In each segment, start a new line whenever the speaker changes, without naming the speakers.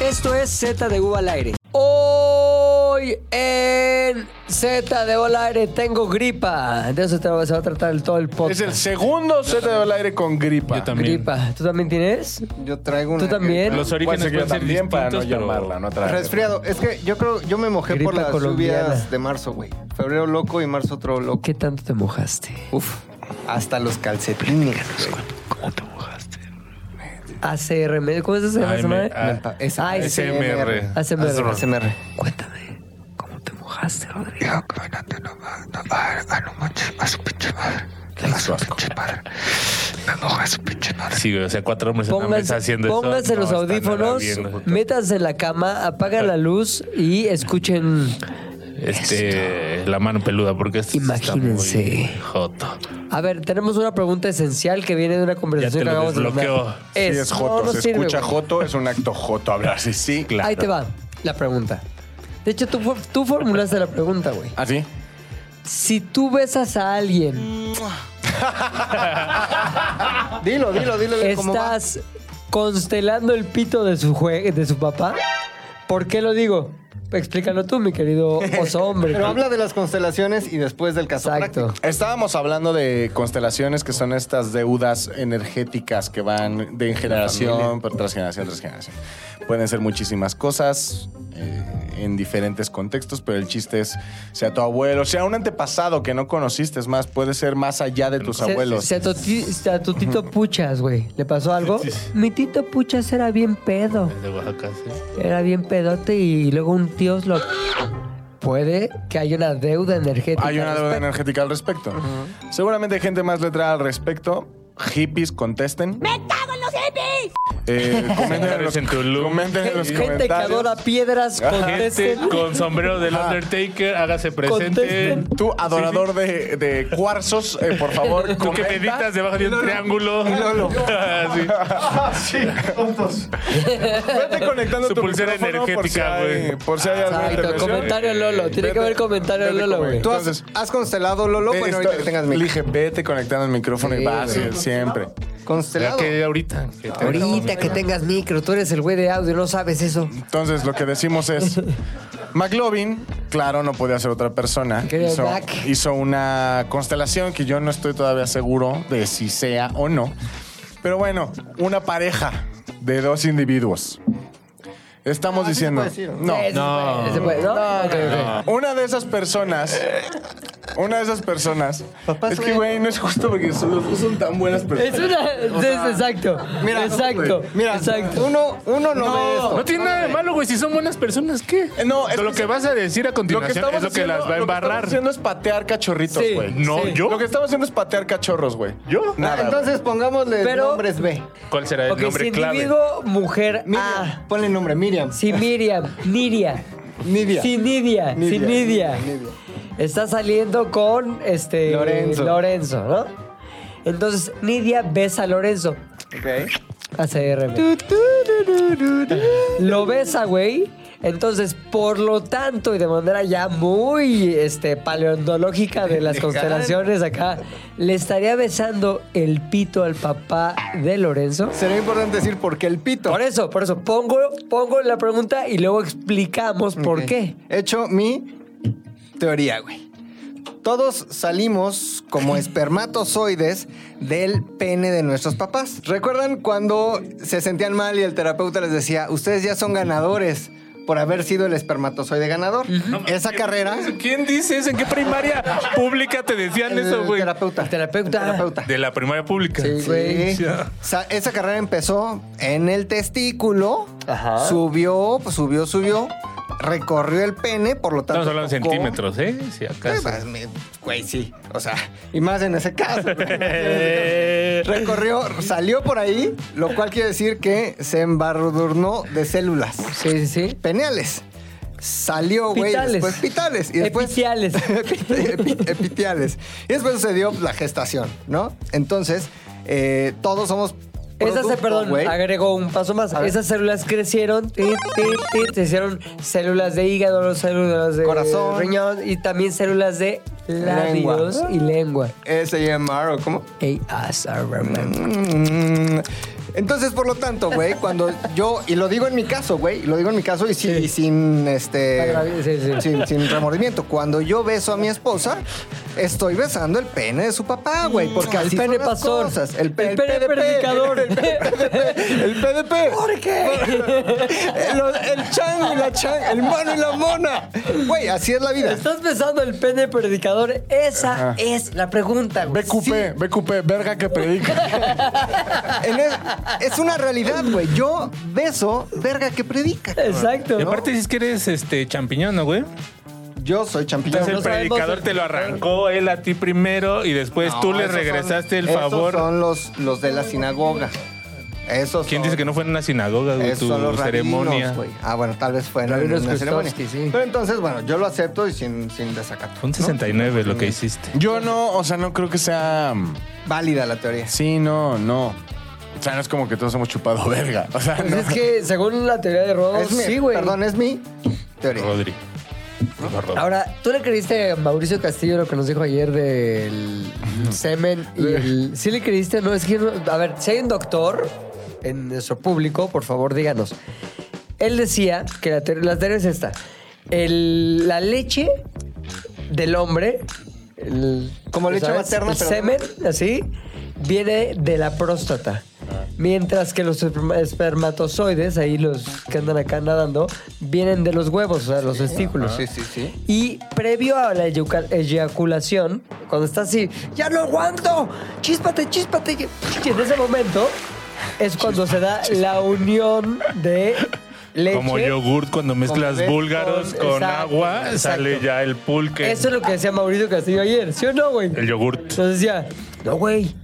Esto es Z de U al aire. Hoy en Z de U al aire tengo gripa. De eso te va- se va a tratar el, todo el podcast.
Es el segundo Z de al aire con gripa.
Yo también.
Gripa. ¿Tú también tienes?
Yo traigo una.
¿Tú también?
Los
Bueno,
orígenes
sé que
pueden ser
también para no
distintos, pero-
llamarla, no traerla.
Resfriado. Es que yo creo, yo me mojé por
Gripa
las
colombiana.
lluvias de marzo, güey. Febrero loco y marzo otro loco.
¿Qué tanto te mojaste?
Uf, hasta los calcetines. güey.
ACRM. ¿Cómo es ese
AM,
ACRM?
ah,
Neta, es-
Ay,
SMR.
ACMR.
ASMR.
Cuéntame, ¿cómo te mojaste, Rodrigo?
Sí, güey, o sea, cuatro hombres en la mesa
Pónganse,
haciendo
pónganse
eso.
los
No, está nada
audífonos,
bien.
métanse en la cama, apagan la luz y escuchen.
Este, la mano peluda, porque esto
Imagínense.
está muy joto.
A ver, tenemos una pregunta esencial que viene de una
Ya
conversación
te
que
lo
acabamos de
desbloqueó.
tener.
Sí,
Sí, es Joto.
no nos
se
sirve,
escucha
güey.
Joto, es un acto Joto hablar. Sí, sí, claro.
Ahí te va la pregunta. De hecho, tú, for- tú formulaste la pregunta, güey.
¿Ah, sí?
Si tú besas a alguien,
Dilo, dilo, dilo. dilo Mm, ¿cómo va?
¿estás constelando el pito de su, jue- de su papá? ¿Por qué lo digo? Explícalo tú, mi querido oso hombre.
Pero habla de las constelaciones y después del caso
Exacto.
práctico.
Estábamos hablando de constelaciones que son estas deudas energéticas que van de generación por tras generación tras generación. Pueden ser muchísimas cosas eh, en diferentes contextos, pero el chiste es sea tu abuelo, sea un antepasado que no conociste, es más, puede ser más allá de tus
Se-
abuelos.
se a, tu ti- se a tu tito Puchas, güey. ¿Le pasó algo? Mi tito Puchas era bien pedo.
El de Oaxaca, sí.
Era bien pedote y luego un tío lo... Puede que haya una deuda energética.
Hay una
al
deuda
respecto.
energética al respecto. Seguramente hay gente más letrada al respecto. Hippies, contesten. ¡Me cago en los hippies! comenten, en los,
En Tulum.
comenten en los
Gente que
comentarios.
adora piedras, este
Gente
contesten.
con sombrero del Undertaker, hágase presente.
Contesten.
Tú, adorador De, de cuarzos, eh, por favor,
Tú que
comenta.
meditas debajo de un triángulo. Así.
Vete conectando
Su
tu
pulsera
micrófono
energética,
por si hay-
güey.
Por si hay alguna
Exacto,
intervención.
comentario Lolo. Tiene que
Vete-
haber comentario
vete
Lolo,
con-
güey.
¿Tú has-
Entonces,
has, constelado, Lolo? Bueno,
esto-
ahorita que tengas mi.
elige, vete conectando el micrófono y
Sí,
va
güey.
sí, siempre.
Ya
Constelado.
que ahorita. que te-
Ahorita que tengas micro, tú eres el güey de audio, no sabes eso.
Entonces, lo que decimos es: McLovin, claro, no podía ser otra persona.
Querido
Hizo,
Mac.
hizo una constelación que yo no estoy todavía seguro de si sea o no. Pero bueno, una pareja de dos individuos. Estamos
Ah, sí se
diciendo.
puede decir, ¿o
no,
Ese
no.
puede, ese puede, ¿no? Ok, ok.
Una de esas personas. Una de esas personas.
Papá,
es que,
soy-
güey, no es justo porque son- los dos son tan buenas
Es
personas.
una... es exacto. Mira, exacto.
Mira,
exacto.
uno, uno no, ve esto.
No tiene nada de malo, güey. Si son buenas personas, ¿qué?
Eh, no, es
lo
que-
que vas a decir a
Lo que
continuación
estamos
es lo que
haciendo-
las va a
lo que estamos
embarrar.
haciendo es patear cachorritos,
Sí.
güey.
No,
Sí.
yo.
Lo que estamos haciendo es patear cachorros, güey.
¿Yo?
Ah,
Nada.
Entonces pongámosle
Pero-
nombres B.
¿Cuál será el
Ok,
nombre
si
clave?
individuo, mujer,
Miriam,
ah.
ponle nombre, Miriam.
Si Miriam, Niria.
Nidia.
Si Nidia, si
Nidia,
Nidia.
Nidia.
Está saliendo con este
Lorenzo.
Lorenzo, ¿no? Entonces Nidia besa a Lorenzo. ACRM. Lo besa, güey. Entonces, por lo tanto, y de manera ya muy este, paleontológica de las constelaciones acá, le estaría besando el pito al papá de Lorenzo.
Sería importante decir por qué el pito.
Por eso, por eso, pongo, pongo la pregunta y luego explicamos por
Ok.
qué.
Hecho mi teoría, güey. Todos salimos como espermatozoides del pene de nuestros papás. ¿Recuerdan cuando se sentían mal y el terapeuta les decía, ustedes ya son ganadores por haber sido el espermatozoide ganador? Esa carrera...
¿Quién dice eso? ¿En qué primaria pública te decían
El
eso, güey?
terapeuta.
El terapeuta.
El terapeuta.
De la primaria pública.
Sí, güey.
Sí. O sea, esa carrera empezó en el testículo,
Ajá.
subió, pues, subió, subió, recorrió el pene, por lo tanto.
Estamos hablando en
tocó-
centímetros, ¿eh? Si
Eh,
acaso.
pues, me- Güey, sí. O sea, y más en ese caso.
Eh,
Recorrió, salió por ahí, lo cual quiere decir que se embardurnó de células
Sí, sí, sí.
peneales. Salió, güey,
Pitales.
después pitales. Y después,
Epitiales.
Epi- epitiales. Y después sucedió la gestación, ¿no? Entonces, eh, todos somos.
Esas,
producto,
perdón,
güey.
agregó un paso más.
A ver.
Esas células crecieron, ti, ti, ti, se hicieron células de hígado, células de
Corazón.
riñón y también células de
Lengua.
labios y lengua.
SMR, ¿o ¿cómo?
ASRM.
Mm, Entonces, por lo tanto, güey, cuando yo, y lo digo en mi caso, güey, lo digo en mi caso y sin,
Sí.
y sin este.
Agravi- sí, sí.
Sin, sin remordimiento. Cuando yo beso a mi esposa, estoy besando el pene de su papá, güey. Porque
el
así
Mm. pene
son las
pastor.
cosas. El, pe-
El pene
PDP,
predicador.
El PDP. El PDP.
¿Por qué?
El, el chango y la changa, el mano y la mona. Güey, así es la vida.
¿Estás besando el pene predicador? Esa es la pregunta, güey.
BQP, BQP, verga que predica.
En es, es una realidad, güey. Yo beso, verga que predica. cabrón.
Exacto.
Y aparte, si es que eres este champiñón, ¿no, güey?
Yo soy champiñón.
Entonces
no
el
sabemos
predicador
el-
te lo arrancó él a ti primero y después Pues tú
No,
le
esos
regresaste
son-
el favor.
Esos son los, los de la sinagoga. Esos
¿Quién dice que no fue en una sinagoga, güey?
Esos
Tu
son los
ceremonia.
rabinos, güey. Ah, bueno, tal vez fue en
Rabinos
una ceremonia.
Kristofsky, sí.
Pero entonces, bueno, yo lo acepto y sin, sin desacato.
Fue un
¿no?
69 lo que hiciste.
Yo no, o sea, no creo que sea.
Válida la teoría.
Sí, no, no. O sea, no es como que todos hemos chupado verga. O sea,
Pues
no.
es que según la teoría de Rodo,
Es mi-
Oh, sí, güey.
Perdón, es mi teoría.
Rodri. Digo, Rodri.
Ahora, ¿tú le creíste a Mauricio Castillo lo que nos dijo ayer del semen y el... ¿Sí le creíste? No, es que... no- A ver, si hay un doctor en nuestro público, por favor, díganos. Él decía que la, teor- la teoría es esta. El- la leche del hombre... el-
Como leche materna,
El
pero-
semen, así, viene de la próstata. Mientras que los esperma- espermatozoides, ahí los que andan acá nadando, vienen de los huevos, o sea, los testículos.
Sí, sí, sí.
Y previo a la eyuca- eyaculación, cuando está así, ya no aguanto, chispate, chispate. Y en ese momento es cuando se da la unión de leche.
Como yogurt cuando mezclas
bebé,
búlgaros
con-
con
exacto,
agua,
exacto.
sale ya el pulque.
Eso es lo que decía Mauricio Castillo ayer, ¿sí o no, güey?
El yogurt.
Entonces decía, no, güey,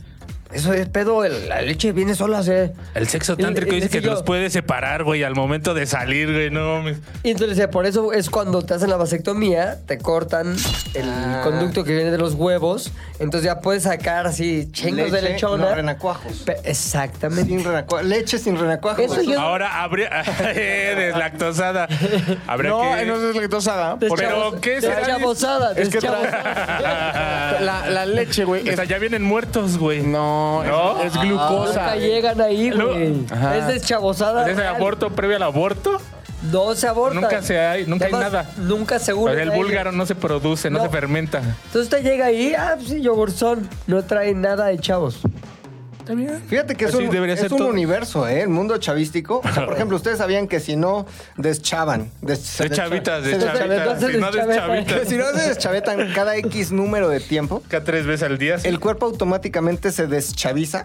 eso es pedo, el- la leche viene sola, ¿eh?
El sexo
Y-
tántrico
y
dice que
decía yo-
los puede separar, güey, al momento de salir, güey. No mames.
Y entonces decía, por eso es cuando te hacen la vasectomía, te cortan el
Ah.
conducto que viene de los huevos, entonces ya puedes sacar así chingos de
Leche,
lechona.
no renacuajos.
Pe- Exactamente.
Sin renacuajo. Leche sin renacuajo.
Eso yo-
Ahora habría. Deslactosada. Habrá
no,
que.
eh, no es deslactosada. porque-
Pero, ¿qué será?
Deschavosada,
Es que
deschavosada.
Ah.
la, la leche, güey.
O sea,
es-
ya vienen muertos, güey.
No,
¿No?
Es, es glucosa.
Nunca llegan ahí,
No.
güey.
Ajá.
Es deschavosada.
¿Es el
real.
aborto previo al aborto?
No se aborta.
Nunca se hay- nunca hay nada.
Nunca se une
O sea, el
a ella.
búlgaro no se produce, no,
No.
se fermenta.
Entonces te llega ahí, ah, pues sí, yogurzón. No trae nada de chavos.
Está bien.
Fíjate que es
Así
un,
debería
es
ser
un
todo.
universo, ¿eh? El mundo chavístico. O sea, por ejemplo, ustedes sabían que si no deschaban. des- se
De chavitas, de
se deschavetan.
chavitas.
entonces
Si no
de
de
chavitas.
Que si
chavitas.
no se deschavetan cada X número de tiempo,
Cada tres veces al día. sí.
el cuerpo automáticamente se deschaviza.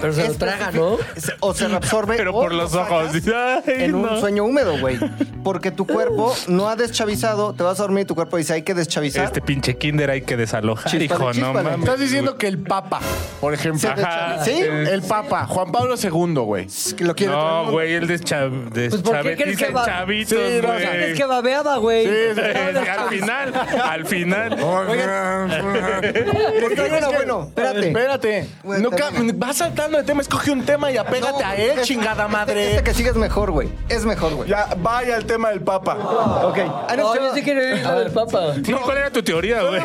Pero se lo
Es-
traga, ¿no?
se- O se reabsorbe.
Pero
o
por
lo
los ojos.
sacas
Ay,
En un
no.
sueño húmedo, güey. Porque tu cuerpo no ha deschavizado, te vas a dormir y tu cuerpo dice, hay que deschavizar.
Este pinche kinder hay que desalojar.
Chíspale,
hijo,
chíspale.
no mames. Pues
Estás diciendo que el Papa, por ejemplo.
Ajá.
¿Sí?
Eh,
El Papa, Juan Pablo II, güey.
que lo quiere traer al
No,
mundo.
güey, el de chav...
Pues ¿por qué crees que va?
chavitos,
Sí, no,
güey.
crees que babeaba, güey?
al final, al final.
Porque hay una-
Es que-
bueno, espérate.
Espérate.
Güey,
No ca-
termina.
vas saltando de tema, escoge un tema y apégate
No,
a él,
este-
chingada madre.
Este que sigue es mejor, güey. Es mejor, güey.
Ya, vaya el tema del Papa.
Ok. Ah, no,
No,
se
yo
va.
sí quiero ir al Papa.
No, ¿Cuál era tu teoría, güey?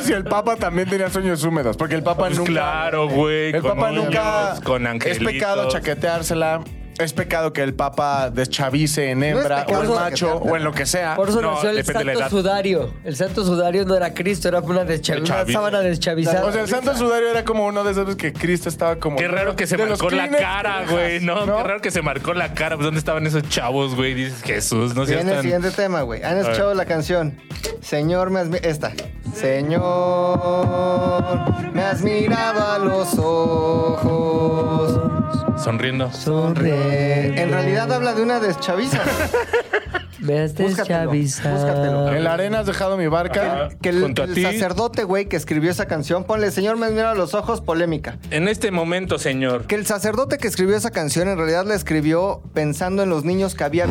Si el Papa también tenía sueños húmedos, porque el Papa
Pues
nunca.
claro, güey.
El
con
Papa
niños,
nunca.
Con
es
angelitos.
pecado chaqueteársela. Es pecado que el Papa deschavice en hembra o
pecado
en macho
chaquetearte.
o en lo que sea.
Por eso
No,
nació el
depende de la
santo
edad.
sudario. El santo sudario no era Cristo, era una, deschav- una
Chavis.
sábana deschavizada.
O sea, el santo sudario era como uno de esos que Cristo estaba como.
Qué raro que se
de los
marcó la
Kleenex,
cara,
de
güey.
esas,
No, qué raro que se marcó la cara. Pues, ¿Dónde estaban esos chavos, güey? Dices, Jesús, no seas
Viene el
tan-
siguiente tema, güey. Han
ver.
escuchado la canción. Señor, me has mi- Esta. Señor, me has mirado a los ojos.
Sonriendo.
Sonríe.
En realidad habla de una deschaviza.
Me has
Búscatelo,
deschavizado.
búscatelo.
En la arena has dejado mi barca.
Ajá.
Que el,
Junto a
el
ti.
sacerdote, güey, que escribió esa canción, ponle, Señor, me has mirado a los ojos, polémica.
En este momento, señor.
Que el sacerdote que escribió esa canción en realidad la escribió pensando en los niños que había.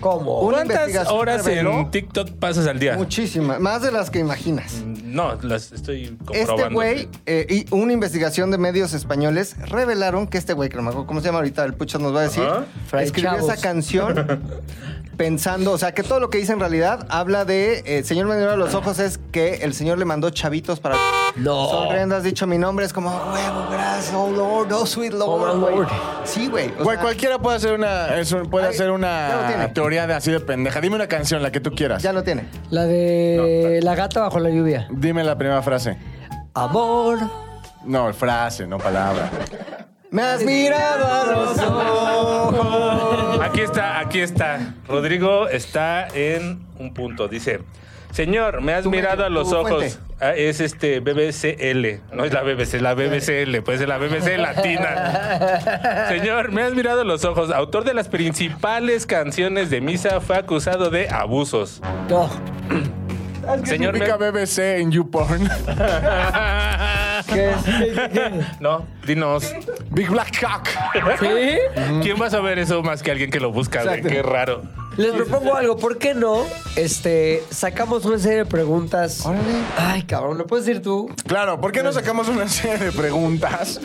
¿Cómo?
Una
¿Cuántas
investigación
horas
reveló
en TikTok pasas al día?
Muchísimas, más de las que imaginas.
No, las estoy comprobando.
Este güey eh, y una investigación de medios españoles revelaron que este güey, que no me acuerdo cómo se llama ahorita, el Pucho nos va a decir,
Ajá.
Fray
escribió
Chavos.
esa canción pensando, o sea, que todo lo que dice en realidad habla de eh, Señor me miró a los ojos es que el señor le mandó chavitos para
No.
Sonriendo has dicho mi nombre, es como, "Oh, huevo, gracias, oh Lord, oh sweet Lord.
Oh, my
güey".
Lord.
Sí, güey. o
Güey,
sea,
cualquiera puede hacer una, es un- puede
Ay,
hacer
ya lo tiene.
una teoría de así de pendeja. Dime una canción, la que tú quieras.
Ya lo tiene.
La de la gata bajo la lluvia.
Dime la primera frase.
Amor.
No, frase, no palabra.
Me has mirado a los ojos.
Aquí está, aquí está. Rodrigo está en un punto. Dice, señor, me has
Tu
mirado
medio,
a los
tu
ojos.
fuente.
Ah, es este BBCL. No es la BBC, la BBCL. Puede ser pues la BBC latina. señor, me has mirado a los ojos. Autor de las principales canciones de misa fue acusado de abusos.
No.
Señor, me-
Significa BBC en YouPorn.
¿Qué es?
no, dinos.
Big Black Cock.
¿Sí?
¿Quién va a saber eso más que alguien que lo busca? güey? Qué raro.
Les propongo algo, ¿por qué no? Este, sacamos una serie de preguntas. Ay, cabrón, ¿lo puedes decir tú?
Claro, ¿por qué no sacamos una serie de preguntas?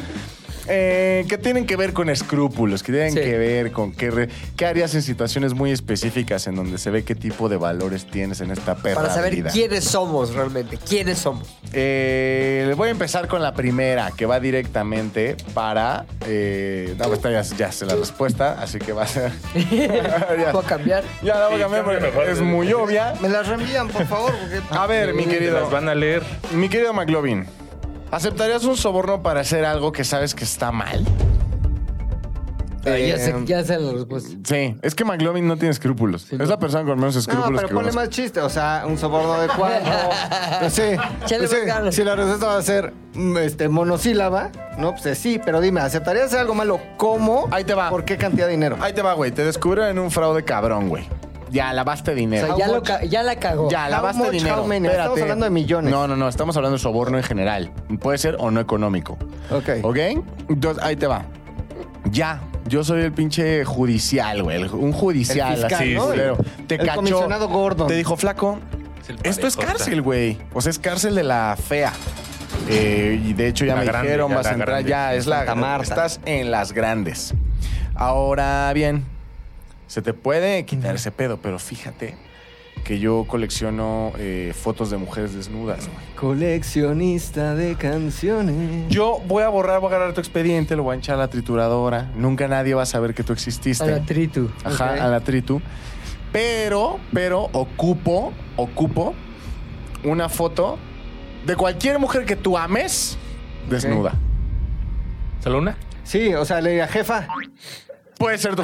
eh, que tienen que ver con escrúpulos, que tienen
Sí.
que ver con qué, re- qué harías en situaciones muy específicas en donde se ve qué tipo de valores tienes en esta perra
Para saber
vida.
quiénes somos realmente, quiénes somos.
Eh, le voy a empezar con la primera, que va directamente para... eh, no, esta ya, ya sé la respuesta, así que va a ser... ya,
¿Puedo cambiar?
ya la voy
Sí,
a cambiar
cámbiame,
porque
por
es
favor.
muy obvia.
Me las reenvían, por favor. porque-
A ver, mi querido...
Las van a leer.
Mi querido McLovin, ¿aceptarías un soborno para hacer algo que sabes que está mal?
Ay, ya,
Eh,
sé, ya sé la respuesta.
Sí, es que McLovin no tiene escrúpulos. es la persona con menos
No,
escrúpulos
pero
que
ponle
conozco.
más chiste, o sea, un soborno de cuatro. Pues sí,
Chale,
pues sí,
más ganas.
si la respuesta va a ser mm, este, monosílaba, no, pues es sí, pero dime, ¿aceptarías hacer algo malo? ¿Cómo?
Ahí te va.
¿Por qué cantidad de dinero?
Ahí te va, güey. Te descubrieron en un fraude cabrón, güey. Ya, lavaste
O
dinero.
sea, ya, lo ca- ya la cagó.
Ya,
How
lavaste
much,
dinero.
how many? Estamos
Espérate.
hablando de millones.
No, no, no. Estamos hablando de soborno en general. Puede ser o no económico.
Ok.
¿Ok? Entonces, ahí te va. Ya. Yo soy el pinche judicial, güey. el- Un judicial
El fiscal,
así,
¿no?
culero.
El-
Te
el
cachó.
comisionado Gordon.
Te dijo, flaco,
el
esto es
parejosa.
cárcel, güey. O sea, es cárcel de la fea. Eh, y de hecho ya
La
me
grande,
dijeron,
ya
vas a
la
entrar
grande.
ya. Es la
Santa Marta.
Estás en las grandes. Ahora bien, se te puede quitar ese pedo, pero fíjate que yo colecciono eh, fotos de mujeres desnudas, güey.
Coleccionista de canciones.
Yo voy a borrar, voy a agarrar tu expediente, lo voy a echar a la trituradora. Nunca nadie va a saber que
A
tú exististe.
la tritu.
Ajá,
Ok.
a la tritu. Pero, pero ocupo, ocupo una foto de cualquier mujer que tú ames desnuda.
¿Solo una?
Sí, o sea, le diría, jefa,
Puede ser tu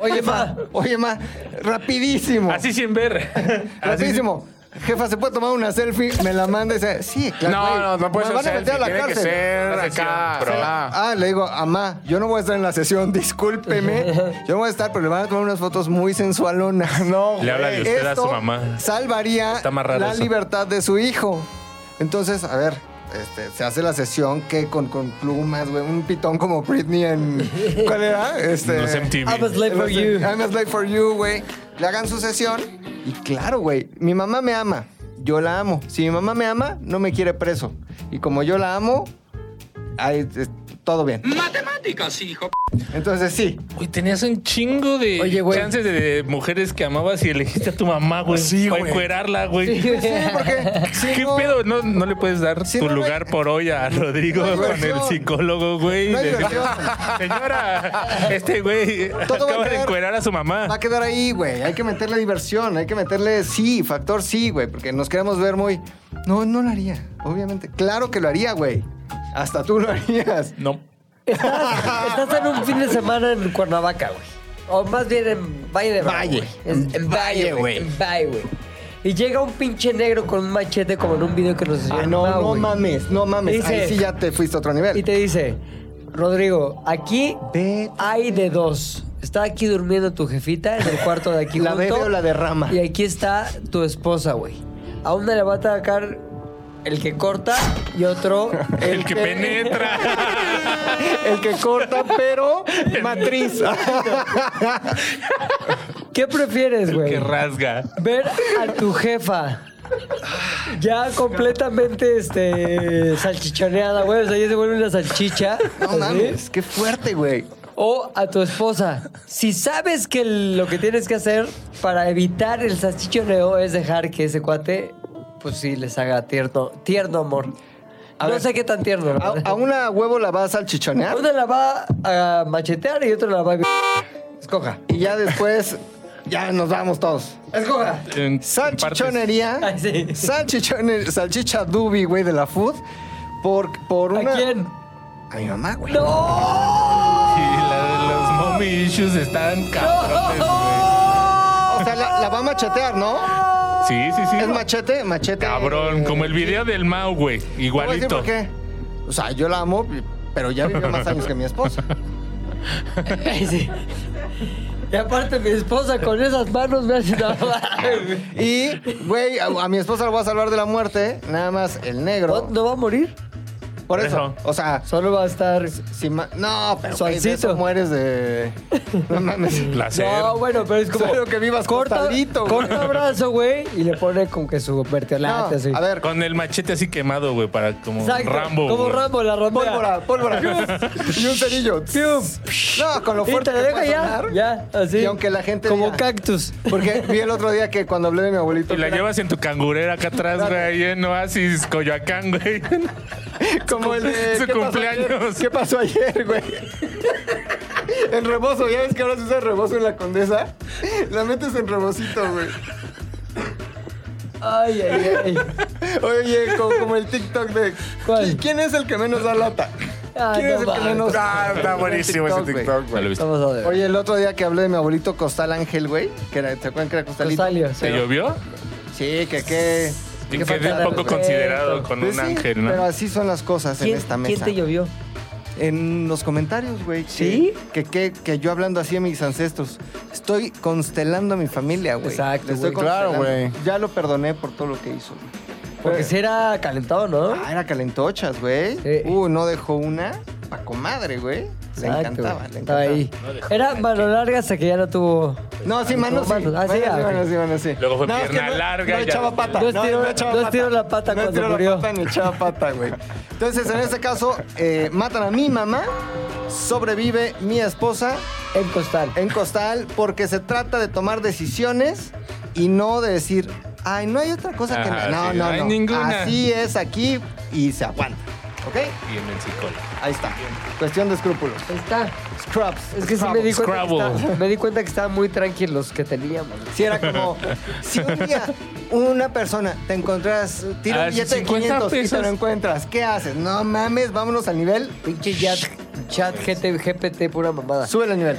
Oye, ma.
oye, ma, rapidísimo.
Así sin ver.
Este,
Así sin-
rapidísimo. Jefa, ¿se puede tomar una selfie? Me la manda y dice, sí, claro.
No,
güey,
no, no puede ser
me van a meter
selfie,
a la
tiene que
cárcel.
ser
La sesión,
acá.
pro.
ajá.
Ah, le digo, amá, yo no voy a estar en la sesión, discúlpeme. Yo no voy a estar, pero le van a tomar unas fotos muy sensualonas.
No,
Le habla de usted a su
Esto
mamá.
Salvaría
Está más raro
la
eso.
libertad de su hijo. Entonces, a ver, este, se hace la sesión que con, con plumas, güey, un pitón como Britney en. ¿Cuál era? Este,
No sé, MTV.
I was late for you.
I'm a slave for you, güey. Le hagan su sesión. Y claro, güey, mi mamá me ama. Yo la amo. Si mi mamá me ama, no me quiere preso. Y como yo la amo, ahí, es- todo bien. Matemáticas, hijo. Entonces sí.
Güey, tenías un chingo de
Oye, güey.
chances de, de mujeres que amabas y elegiste a tu mamá, güey.
Sí,
para
güey.
encuerarla, güey.
Sí, porque. si
¿Qué
no-
pedo? ¿No, no le puedes dar
Sí,
tu
no, no
lugar
hay-
por hoy a Rodrigo
no hay
con el
versión.
psicólogo, güey.
No hay
De-
versión.
Señora, este güey
Todo va a
acaba de
quedar-
encuerar a su mamá.
Va a quedar ahí, güey. Hay que meterle diversión, hay que meterle sí, factor sí, güey, porque nos queremos ver muy. No, no lo haría, obviamente. Claro que lo haría, güey. Hasta tú lo harías.
No.
Estás, estás en un fin de semana en Cuernavaca, güey. O más bien en Valle de Bravo,
Valle.
güey. Es- En Valle, güey. En Valle, güey. Y llega un pinche negro con un machete como en un video que nos enseñó.
Ah, no,
Mau,
no
güey.
mames, no mames.
Dice-
Ahí sí ya te fuiste a otro nivel.
Y te dice, Rodrigo, aquí
Ve-
hay de dos. Está aquí durmiendo tu jefita en el cuarto de aquí.
¿La
junto,
bebe o la derrama?
Y aquí está tu esposa, güey. A una le va a atacar el que corta y otro
El que penetra.
El que corta, pero matriz.
¿Qué prefieres, güey?
que rasga.
Ver a tu jefa ya completamente este salchichoneada, güey. O sea, ya se vuelve una salchicha.
No
así.
mames, qué fuerte, güey.
O a tu esposa. Si sabes que el- lo que tienes que hacer para evitar el salchichoneo es dejar que ese cuate, pues sí, les haga tierno, tierno amor. no
ver.
sé qué tan tierno. la
¿A,
verdad.
a una huevo la vas al chichonear?
Una la va a machetear y otra la va a...
Escoja. Y ya después, ya nos vamos todos.
Escoja.
En partes.
Salchichonería.
Ay, sí.
salchichone- salchicha dubi, güey, de la food. Por, por
¿A
una. ¡Oh!
quién?
A mi mamá, güey.
¡No!
Sí, la de los mommy issues están cabrones, güey.
O sea, la, la va a machetear, ¿no?
Sí, sí, sí.
¿Es machete? Machete.
Cabrón, como el video del Mau, güey.
Te voy a decir
Igualito.
por qué. O sea, yo la amo, pero ya vivió más años que mi esposa.
Ay, sí. Y aparte mi esposa con esas manos me hace nada.
Y, güey, a, a mi esposa la voy a salvar de la muerte, nada más el
¿No,
negro.
no va a morir?
Por eso, o sea,
Solo va a estar...
si ma- no, pero güey, de
Suavecito.
eso mueres de no mames.
Placer.
No, bueno, pero es como...
Espero que vivas
corta,
cortadito, güey.
corta brazo, güey, y le pone con que su
No,
verteolante así.
a ver,
Con el machete así quemado, güey, para como
Exacto,
Rambo.
Como
güey.
Rambo, la rompe.
pólvora, pólvora. y un cerillo. No, con lo
Y
fuerte
te
que
deja
pueda
ya,
sonar.
ya, así.
Y aunque la gente
Como
diga-
cactus.
Porque vi el otro día que cuando hablé de mi abuelito.
Y la
era
llevas en tu cangurera acá atrás, güey, ahí en Oasis, Coyoacán, güey.
Como el de.
Su
¿qué pasó ayer?
cumpleaños.
¿Qué pasó ayer, güey? En rebozo, ya ves que ahora se usa rebozo en la condesa. La metes en rebocito, güey.
Ay, ay, ay.
Oye, co- como, el TikTok de.
¿Cuál?
¿qui- ¿Quién es el que menos da lata?
Ah,
¿Quién
no
es el que
mames.
menos.?
Ah, está buenísimo ese
güey.
TikTok,
Ya lo
güey.
viste.
Vamos a ver.
Oye, el otro día que hablé de mi abuelito Costal Ángel, güey. Que era, ¿Te acuerdan que era Costalito?
Costalio, sí.
¿Te llovió?
Sí, que qué.
Y quedé
qué falta
un
de
poco
respeto.
considerado con
Pues
un
sí,
ángel, ¿no?
Pero así son las cosas en
¿Quién,
esta mesa.
quién te llovió?
En los comentarios, güey. que-
¿Sí?
Que, que, que yo hablando así a mis ancestros. Estoy constelando a mi familia, güey.
Exacto,
Le estoy
güey.
Claro,
constelando.
güey.
Ya lo perdoné por todo lo que hizo. güey.
Porque
Güey.
si era calentado, ¿no?
Ah, era calentochas, güey.
Sí.
Uh, no dejó una pa' comadre, güey. Le
Exacto,
encantaba,
güey.
le
Estaba
encantaba.
ahí. Era mano larga hasta que ya no tuvo.
No, sí, manos sí.
Manos, ah,
Manos
sí,
sí,
ah, ok.
manos sí, manos sí.
Luego fue
No, es que
pierna
no-
larga
No
y ya-
echaba pata.
No estiró-
echaba
no estiró la pata
No
cuando
estiró
murió.
la pata ni echaba pata, güey. Entonces, en este caso, eh, matan a mi mamá, sobrevive mi esposa,
En costal.
en Costal porque se trata de tomar decisiones y no de decir, ay, no hay otra cosa que...
Ajá,
no, no,
Ah, sí, no
no,
hay
no.
ninguna.
Así es aquí y se aguanta. ¿Ok?
Y en el psicólogo.
Ahí está. Cuestión de escrúpulos.
Ahí está.
Scrubs.
Es que sí me
Scrubs.
di cuenta. Que
Scrabble.
está- me di cuenta que estaban muy tranquilos que teníamos.
Si era como, si un día una persona te encontras,
Ah,
tira un billete de
50
500 y te
pesos.
lo encuentras, ¿qué haces? No mames, vámonos al nivel.
Pinche chat, chat GT, GPT, pura mamada.
Sube el nivel.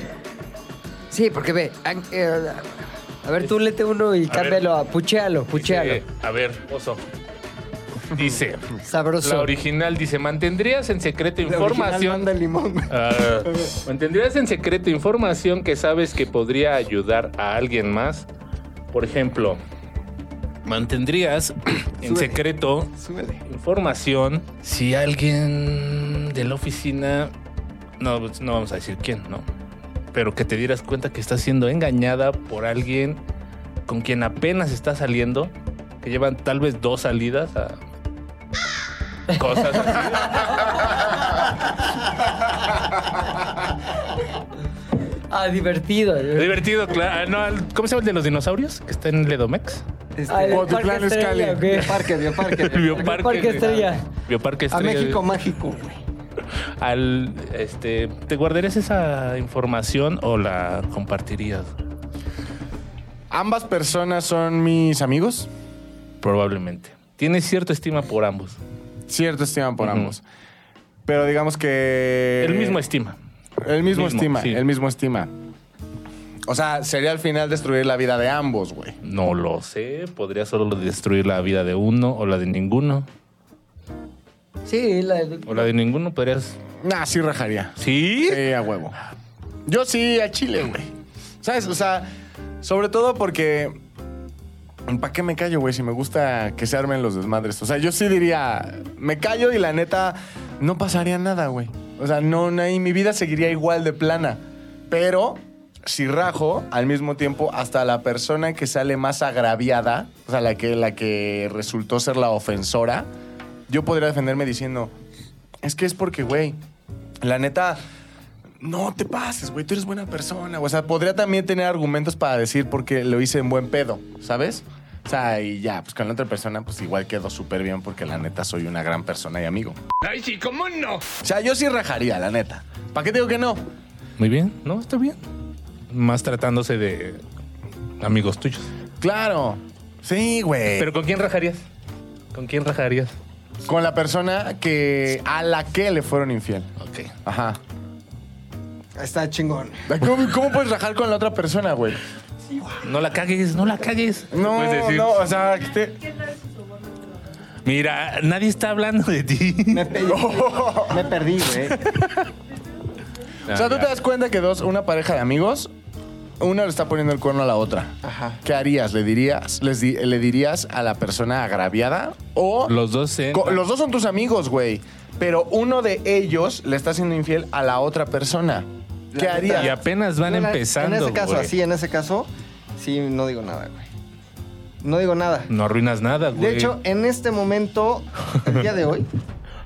Sí, porque ve. an- eh, A ver, tú lete uno y cámbialo a puchealo, puchealo.
Dice, a ver, oso. Dice, la
Sabroso.
original dice, mantendrías en secreto
La original
información...
manda el limón. güey.
Ah, ¿Mantendrías en secreto información que sabes que podría ayudar a alguien más? Por ejemplo, ¿mantendrías en
Súbele.
secreto
Súbele.
información si alguien de la oficina, no, pues, no vamos a decir quién, ¿no? Pero que te dieras cuenta que estás siendo engañada por alguien con quien apenas está saliendo, que llevan tal vez dos salidas a cosas así.
Ah, divertido.
Divertido, claro. Ah, no, ¿Cómo se llama el de los dinosaurios? Que está en Ledomex.
Este,
Ah, el
Como tu
Parque
plan
Estrella,
Escali.
¿o qué?
Bioparque, bioparque.
Bioparque,
Parque Estrella.
Bioparque
A
Estrella.
México mágico, güey.
Al, este, ¿Te guardarías esa información o la compartirías?
Ambas personas son mis amigos.
Probablemente. Tienes cierta estima por ambos.
Cierto estima por
Ujú.
ambos. Pero digamos que...
El mismo estima.
El mismo,
Mismo,
estima,
sí.
el mismo estima. O sea, sería al final destruir la vida de ambos, güey.
No lo sé. Podría solo destruir la vida de uno o la de ninguno.
Sí, la
O la de ninguno podrías.
Nah, sí rajaría.
¿Sí?
Sí, a huevo. Yo sí, a Chile, güey. ¿Sabes? O sea, sobre todo porque... ¿Para qué me callo, güey? Si me gusta que se armen los desmadres. O sea, yo sí diría, me callo y la neta, no pasaría nada, güey. O sea, no, no hay- mi vida seguiría igual de plana. Pero si rajo, al mismo tiempo, hasta la persona que sale más agraviada, o sea, la que, la que resultó ser la ofensora, yo podría defenderme diciendo, es que es porque, güey, la neta, no te pases, güey, tú eres buena persona. O sea, podría también tener argumentos para decir porque lo hice en buen pedo, ¿sabes? O sea, y ya, pues con la otra persona, pues igual quedó súper bien porque la neta soy una gran persona y amigo.
Ay, sí, ¿cómo no?
O sea, yo sí rajaría, la neta. ¿Para qué digo que no?
Muy bien, ¿no? Está bien. Más tratándose de amigos tuyos.
Claro. Sí, güey.
¿Pero con quién rajarías? ¿Con quién rajarías?
Con la persona que a la que le fueron infiel.
Ok.
Ajá.
Está chingón.
¿Cómo, cómo puedes rajar con la otra persona, güey?
No la cagues, no la cagues.
No,
Puedes decir,
no, o sea, que te-
Mira, nadie está hablando de ti.
Me, pe- me perdí, güey.
Ah,
o sea, tú te das cuenta que dos, una pareja de amigos, uno le está poniendo el cuerno a la otra.
Ajá.
¿Qué harías? ¿Le dirías, les di- le dirías a la persona agraviada o
Los dos se...
Co- Los dos son tus amigos, güey. Pero uno de ellos le está siendo infiel a la otra persona. ¿Qué
La
harías?
Y apenas van
Yo, la-
empezando,
En ese caso,
güey.
así, en ese caso, sí, no digo nada, güey. No digo nada.
No arruinas nada, güey.
De hecho, en este momento, el día de hoy,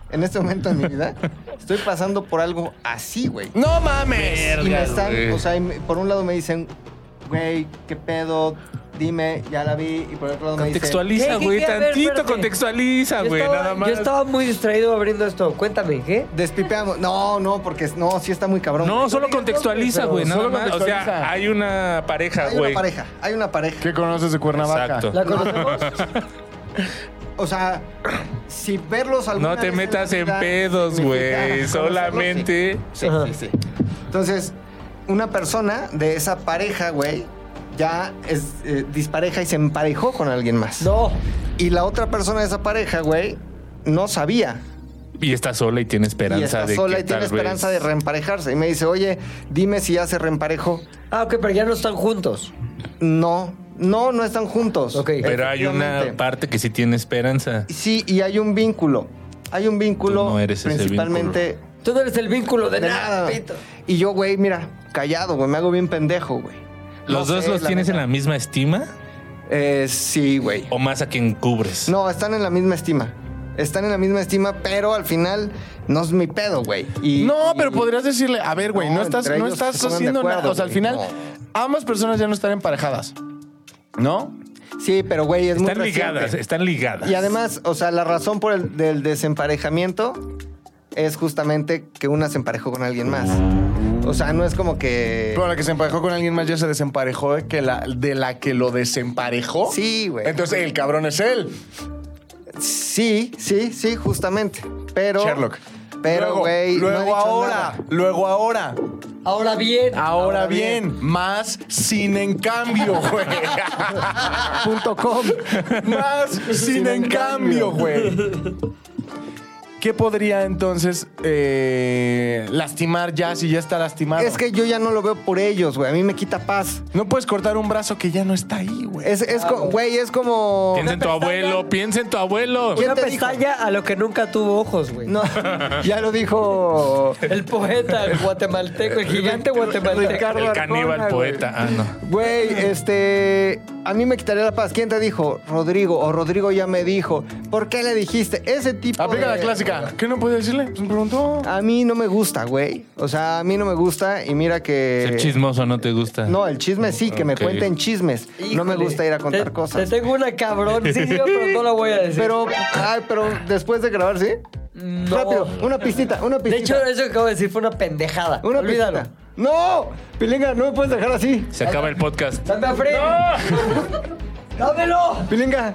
en este momento de mi vida, estoy pasando por algo así, güey.
¡No mames!
Verga,
Y me están,
güey.
o sea, y me- por un lado me dicen, güey, qué pedo, dime, ya la vi, y por otro lado me dicen,
Contextualiza,
¿Qué, qué,
güey.
qué? A ver,
Tantito
espérate.
contextualiza,
Yo
güey.
estaba-
Nada más.
Yo estaba muy distraído abriendo esto. Cuéntame, ¿qué?
despipeamos. No, no, porque es- no, sí está muy cabrón.
No,
güey.
solo contextualiza,
pero
güey. Nada
solo
más. O sea,
contextualiza.
hay una pareja,
hay
güey.
una pareja, hay una pareja.
¿Qué conoces de Cuernavaca?
Exacto.
¿La conocemos?
O sea, si verlos alguna
No te
vez la
metas en
vida
pedos,
significa
güey.
conocerlos,
Solamente.
Sí, sí, sí. Entonces, una persona de esa pareja, güey, ya es eh, dispareja y se emparejó con alguien más.
No.
Y la otra persona de esa pareja, güey, no sabía.
Y está sola y tiene esperanza
y está
de
sola
que
y tiene
tal
esperanza
vez-
de reemparejarse. Y me dice, oye, dime si ya se reemparejó.
Ah, ok, pero ya no están juntos.
No, no, no están juntos.
Ok.
Pero hay una
Efectivamente.
parte que sí tiene esperanza.
Sí, y hay un vínculo. Hay un vínculo
no eres ese
principalmente...
Tú no eres el vínculo de,
De
nada,
nada.
pito.
Y yo, güey, mira, callado, güey, me hago bien pendejo, güey.
¿Los
No
dos
sé,
los tienes en
neta.
la misma estima?
Eh, sí, güey.
¿O más a quien cubres?
No, están en la misma estima. Están en la misma estima, pero al final no es mi pedo, güey. Y-
No,
y-
pero podrías decirle, a ver, güey, no,
No,
estás,
entre
no
ellos se
estás
pongan de
haciendo
acuerdo,
nada. O sea, al
güey,
final,
no.
ambas personas ya no están emparejadas. ¿No?
Sí, pero güey, es
Están
muy reciente.
ligadas, están ligadas.
Y además, o sea, la razón por el del desemparejamiento es justamente que una se emparejó con alguien más. O sea, no es como que...
Pero la que se emparejó con alguien más ya se desemparejó de, que la, de la que lo desemparejó.
Sí, güey.
Entonces el cabrón es él.
Sí, sí, sí, justamente. Pero...
Sherlock.
Pero,
Luego,
güey... no he
Luego
dicho
ahora.
nada.
Luego ahora.
Ahora bien.
Ah,
Ahora, bien, más sin en cambio, güey.
Punto com.
más sin, en cambio, güey. ¿Qué podría entonces eh, lastimar ya si ya está lastimado?
Es que yo ya no lo veo por ellos, güey. A mí me quita paz.
no puedes cortar un brazo que ya no está ahí, güey.
Es, es, co- güey, es como...
Piensa en tu
pestaña.
abuelo, piensa en tu abuelo.
¿Quién
Una
te dijo?
pestaña a lo que nunca tuvo ojos, güey.
No, ya lo dijo
El poeta, el guatemalteco, el gigante guatemalteco.
Ricardo
El
Arjona,
caníbal
güey.
poeta. Ah, no.
Güey, este. A mí me quitaría la paz. ¿Quién te dijo? Rodrigo. O Rodrigo ya me dijo. ¿Por qué le dijiste? Ese tipo.
Aplica
de-
la clásica. ¿Qué no puedes decirle? Pues me preguntó.
A mí no me gusta, güey. O sea, a mí no me gusta. Y mira que.
Ser chismoso no te gusta.
Eh, No, el chisme sí, que me
Ok.
cuenten chismes. No me
Híjole.
gusta ir a contar
Te-
cosas.
Te tengo una cabrón, sí, sí, pero no la voy a decir.
Pero, ay, pero después de grabar, ¿sí?
No.
Rápido, una pistita, una
de
pistita.
hecho, eso que acabo de decir fue una pendejada.
una
Olvídalo.
pistita. ¡No! Pilinga, no me puedes dejar así.
Se acaba el podcast.
Dame a Fred. ¡Dámelo!
Pilinga,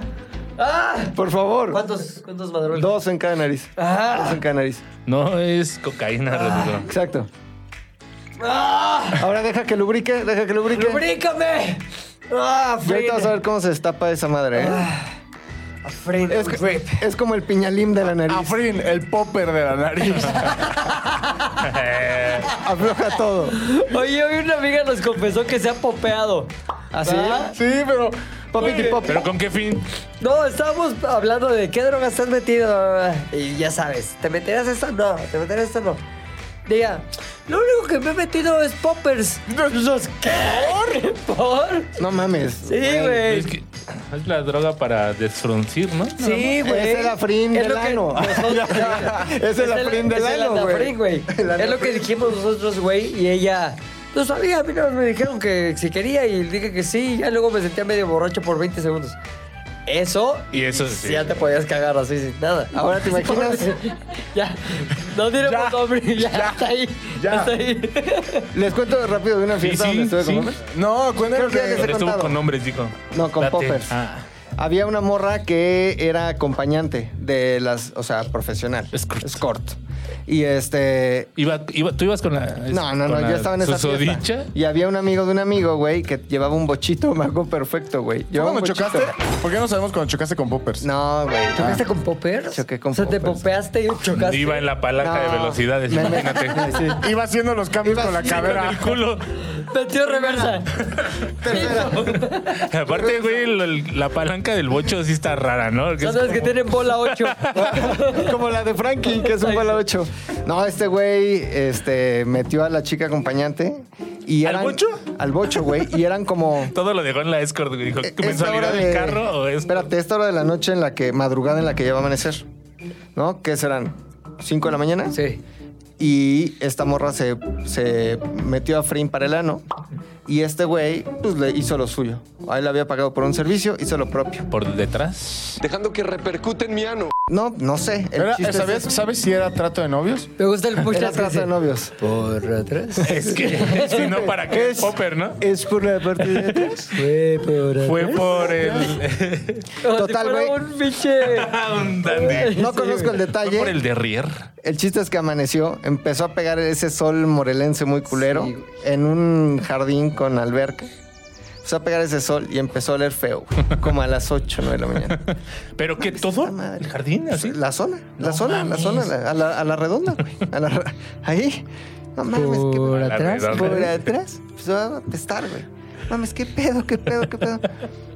¡Ah!
por favor.
¿Cuántos, cuántos madrones?
Dos en cada nariz. Dos
¡Ah!
en cada nariz.
No es cocaína, Rodrigo.
Exacto.
¡Ah!
Ahora deja que lubrique, deja que lubrique.
¡Lubrícame! ¡Ah,
Y
Fred!
ahorita vas a ver cómo se destapa esa madre, ¿eh?
A Fred,
Es,
un
que-
rip.
es como el piñalín de la nariz.
Afrin, el popper de la nariz.
Afloja todo.
Oye, hoy una amiga nos confesó que se ha popeado.
¿Así?
¿Ah?
Sí, pero... Papi,
Oye.
papi.
¿Pero con qué fin?
No, estábamos hablando de qué droga estás metido. Y ya sabes, ¿te meterás esto? No, ¿te meterás esto? No. Diga, lo único que me he metido es poppers. ¿Qué? ¿Por?
No mames.
Sí, güey.
Es, que es la droga para desfruncir, ¿no?
Sí, güey.
Es el afrín
Es
del
lo que
ano.
nosotros-
Es el afrín del
es el
ano, güey.
anafrín, güey.
El
Es lo que dijimos nosotros, güey, y ella... pues, No sabía, a mí nada más me dijeron que si quería y dije que sí, y ya luego me sentía medio borracho por 20 segundos. Eso.
Y eso sí.
Ya te podías cagar así sin nada.
Ahora te imaginas.
ya. No tiene más nombre. Ya, Está ahí.
ya.
Está ahí.
Les cuento rápido de una fiesta
sí,
donde estuve
sí.
con hombres.
No,
Creo
cuéntanos
que ya
de-
les he
Pero estuvo
contado.
con hombres, dijo.
No, con
Date.
poppers.
Ah.
Había una morra que era acompañante de las, o sea, profesional.
Escort.
Y este,
Iba, iba- ¿Tú ibas con la.?
No, no, no,
con
yo
la
estaba en esa fiesta.
susodicha?
Y había un amigo de un amigo, güey, que llevaba un bochito, me acuerdo perfecto, güey.
¿Tú
Llevaba
cuando
un bochito.
chocaste? ¿Por qué no sabemos cuando chocaste con Poppers?
No, güey.
¿Chocaste
no.
con poppers?
Choqué con
O sea, te
poppers.
popeaste y chocaste.
Iba en la palanca de
Ah, No.
velocidades,
Me- ah. me-
imagínate.
Sí.
Iba haciendo los cambios con la
Con
cadera.
el culo.
Metió reversa.
Tercera.
Aparte, güey, lo- la palanca del bocho sí está rara, ¿no? Porque
Ya
es
sabes que
como-
tienen bola 8.
Como la de Frankie, que es un bala 8. No, este güey este, metió a la chica acompañante. Y
¿Al
eran-
bocho?
Al bocho, güey. Y eran como.
Todo lo dejó en la escort, güey. Dijo,
Esta
¿mensualidad
Eh, hora
del
de-
carro o es?
Espérate, esta hora de la noche en la que. Madrugada en la que ya va a amanecer. ¿No? ¿Qué serán? ¿5 de la mañana?
Sí.
Y esta morra se, se metió a Frame para el ano. Y este güey, pues le hizo lo suyo. A él le había pagado por un servicio, hizo lo propio.
¿Por detrás?
dejando que repercute en mi ano.
No, no sé. El
Era-
chiste es
¿sabes,
ese.
¿Sabes si era trato de novios?
Me gusta el push
Era trata de novios.
Por atrás.
Es que, si no, ¿para qué?
Es-
Popper, ¿no?
Es por la parte de atrás.
Fue por atrás.
Fue por el...
Como
Total,
si fuera
güey.
un pinche.
un dandy.
No conozco el
Fue Ah, por
detalle.
el derrier.
El chiste es que amaneció, empezó a pegar ese sol morelense muy culero
Sí, güey.
en un jardín con alberca. Empezó a pegar ese sol y empezó a oler feo, güey, como a las 8 9 de la mañana.
¿Pero que todo?
Puta madre. Pues,
¿El jardín? ¿Así?
La zona, la
No
zona,
mames.
la zona, la- a la, a la redonda, güey. A la- ahí. No mames, qué
Por
pedo.
atrás.
La
Por
redonda.
atrás. Empezó a apestar, güey. Mames, qué pedo, qué pedo, qué pedo.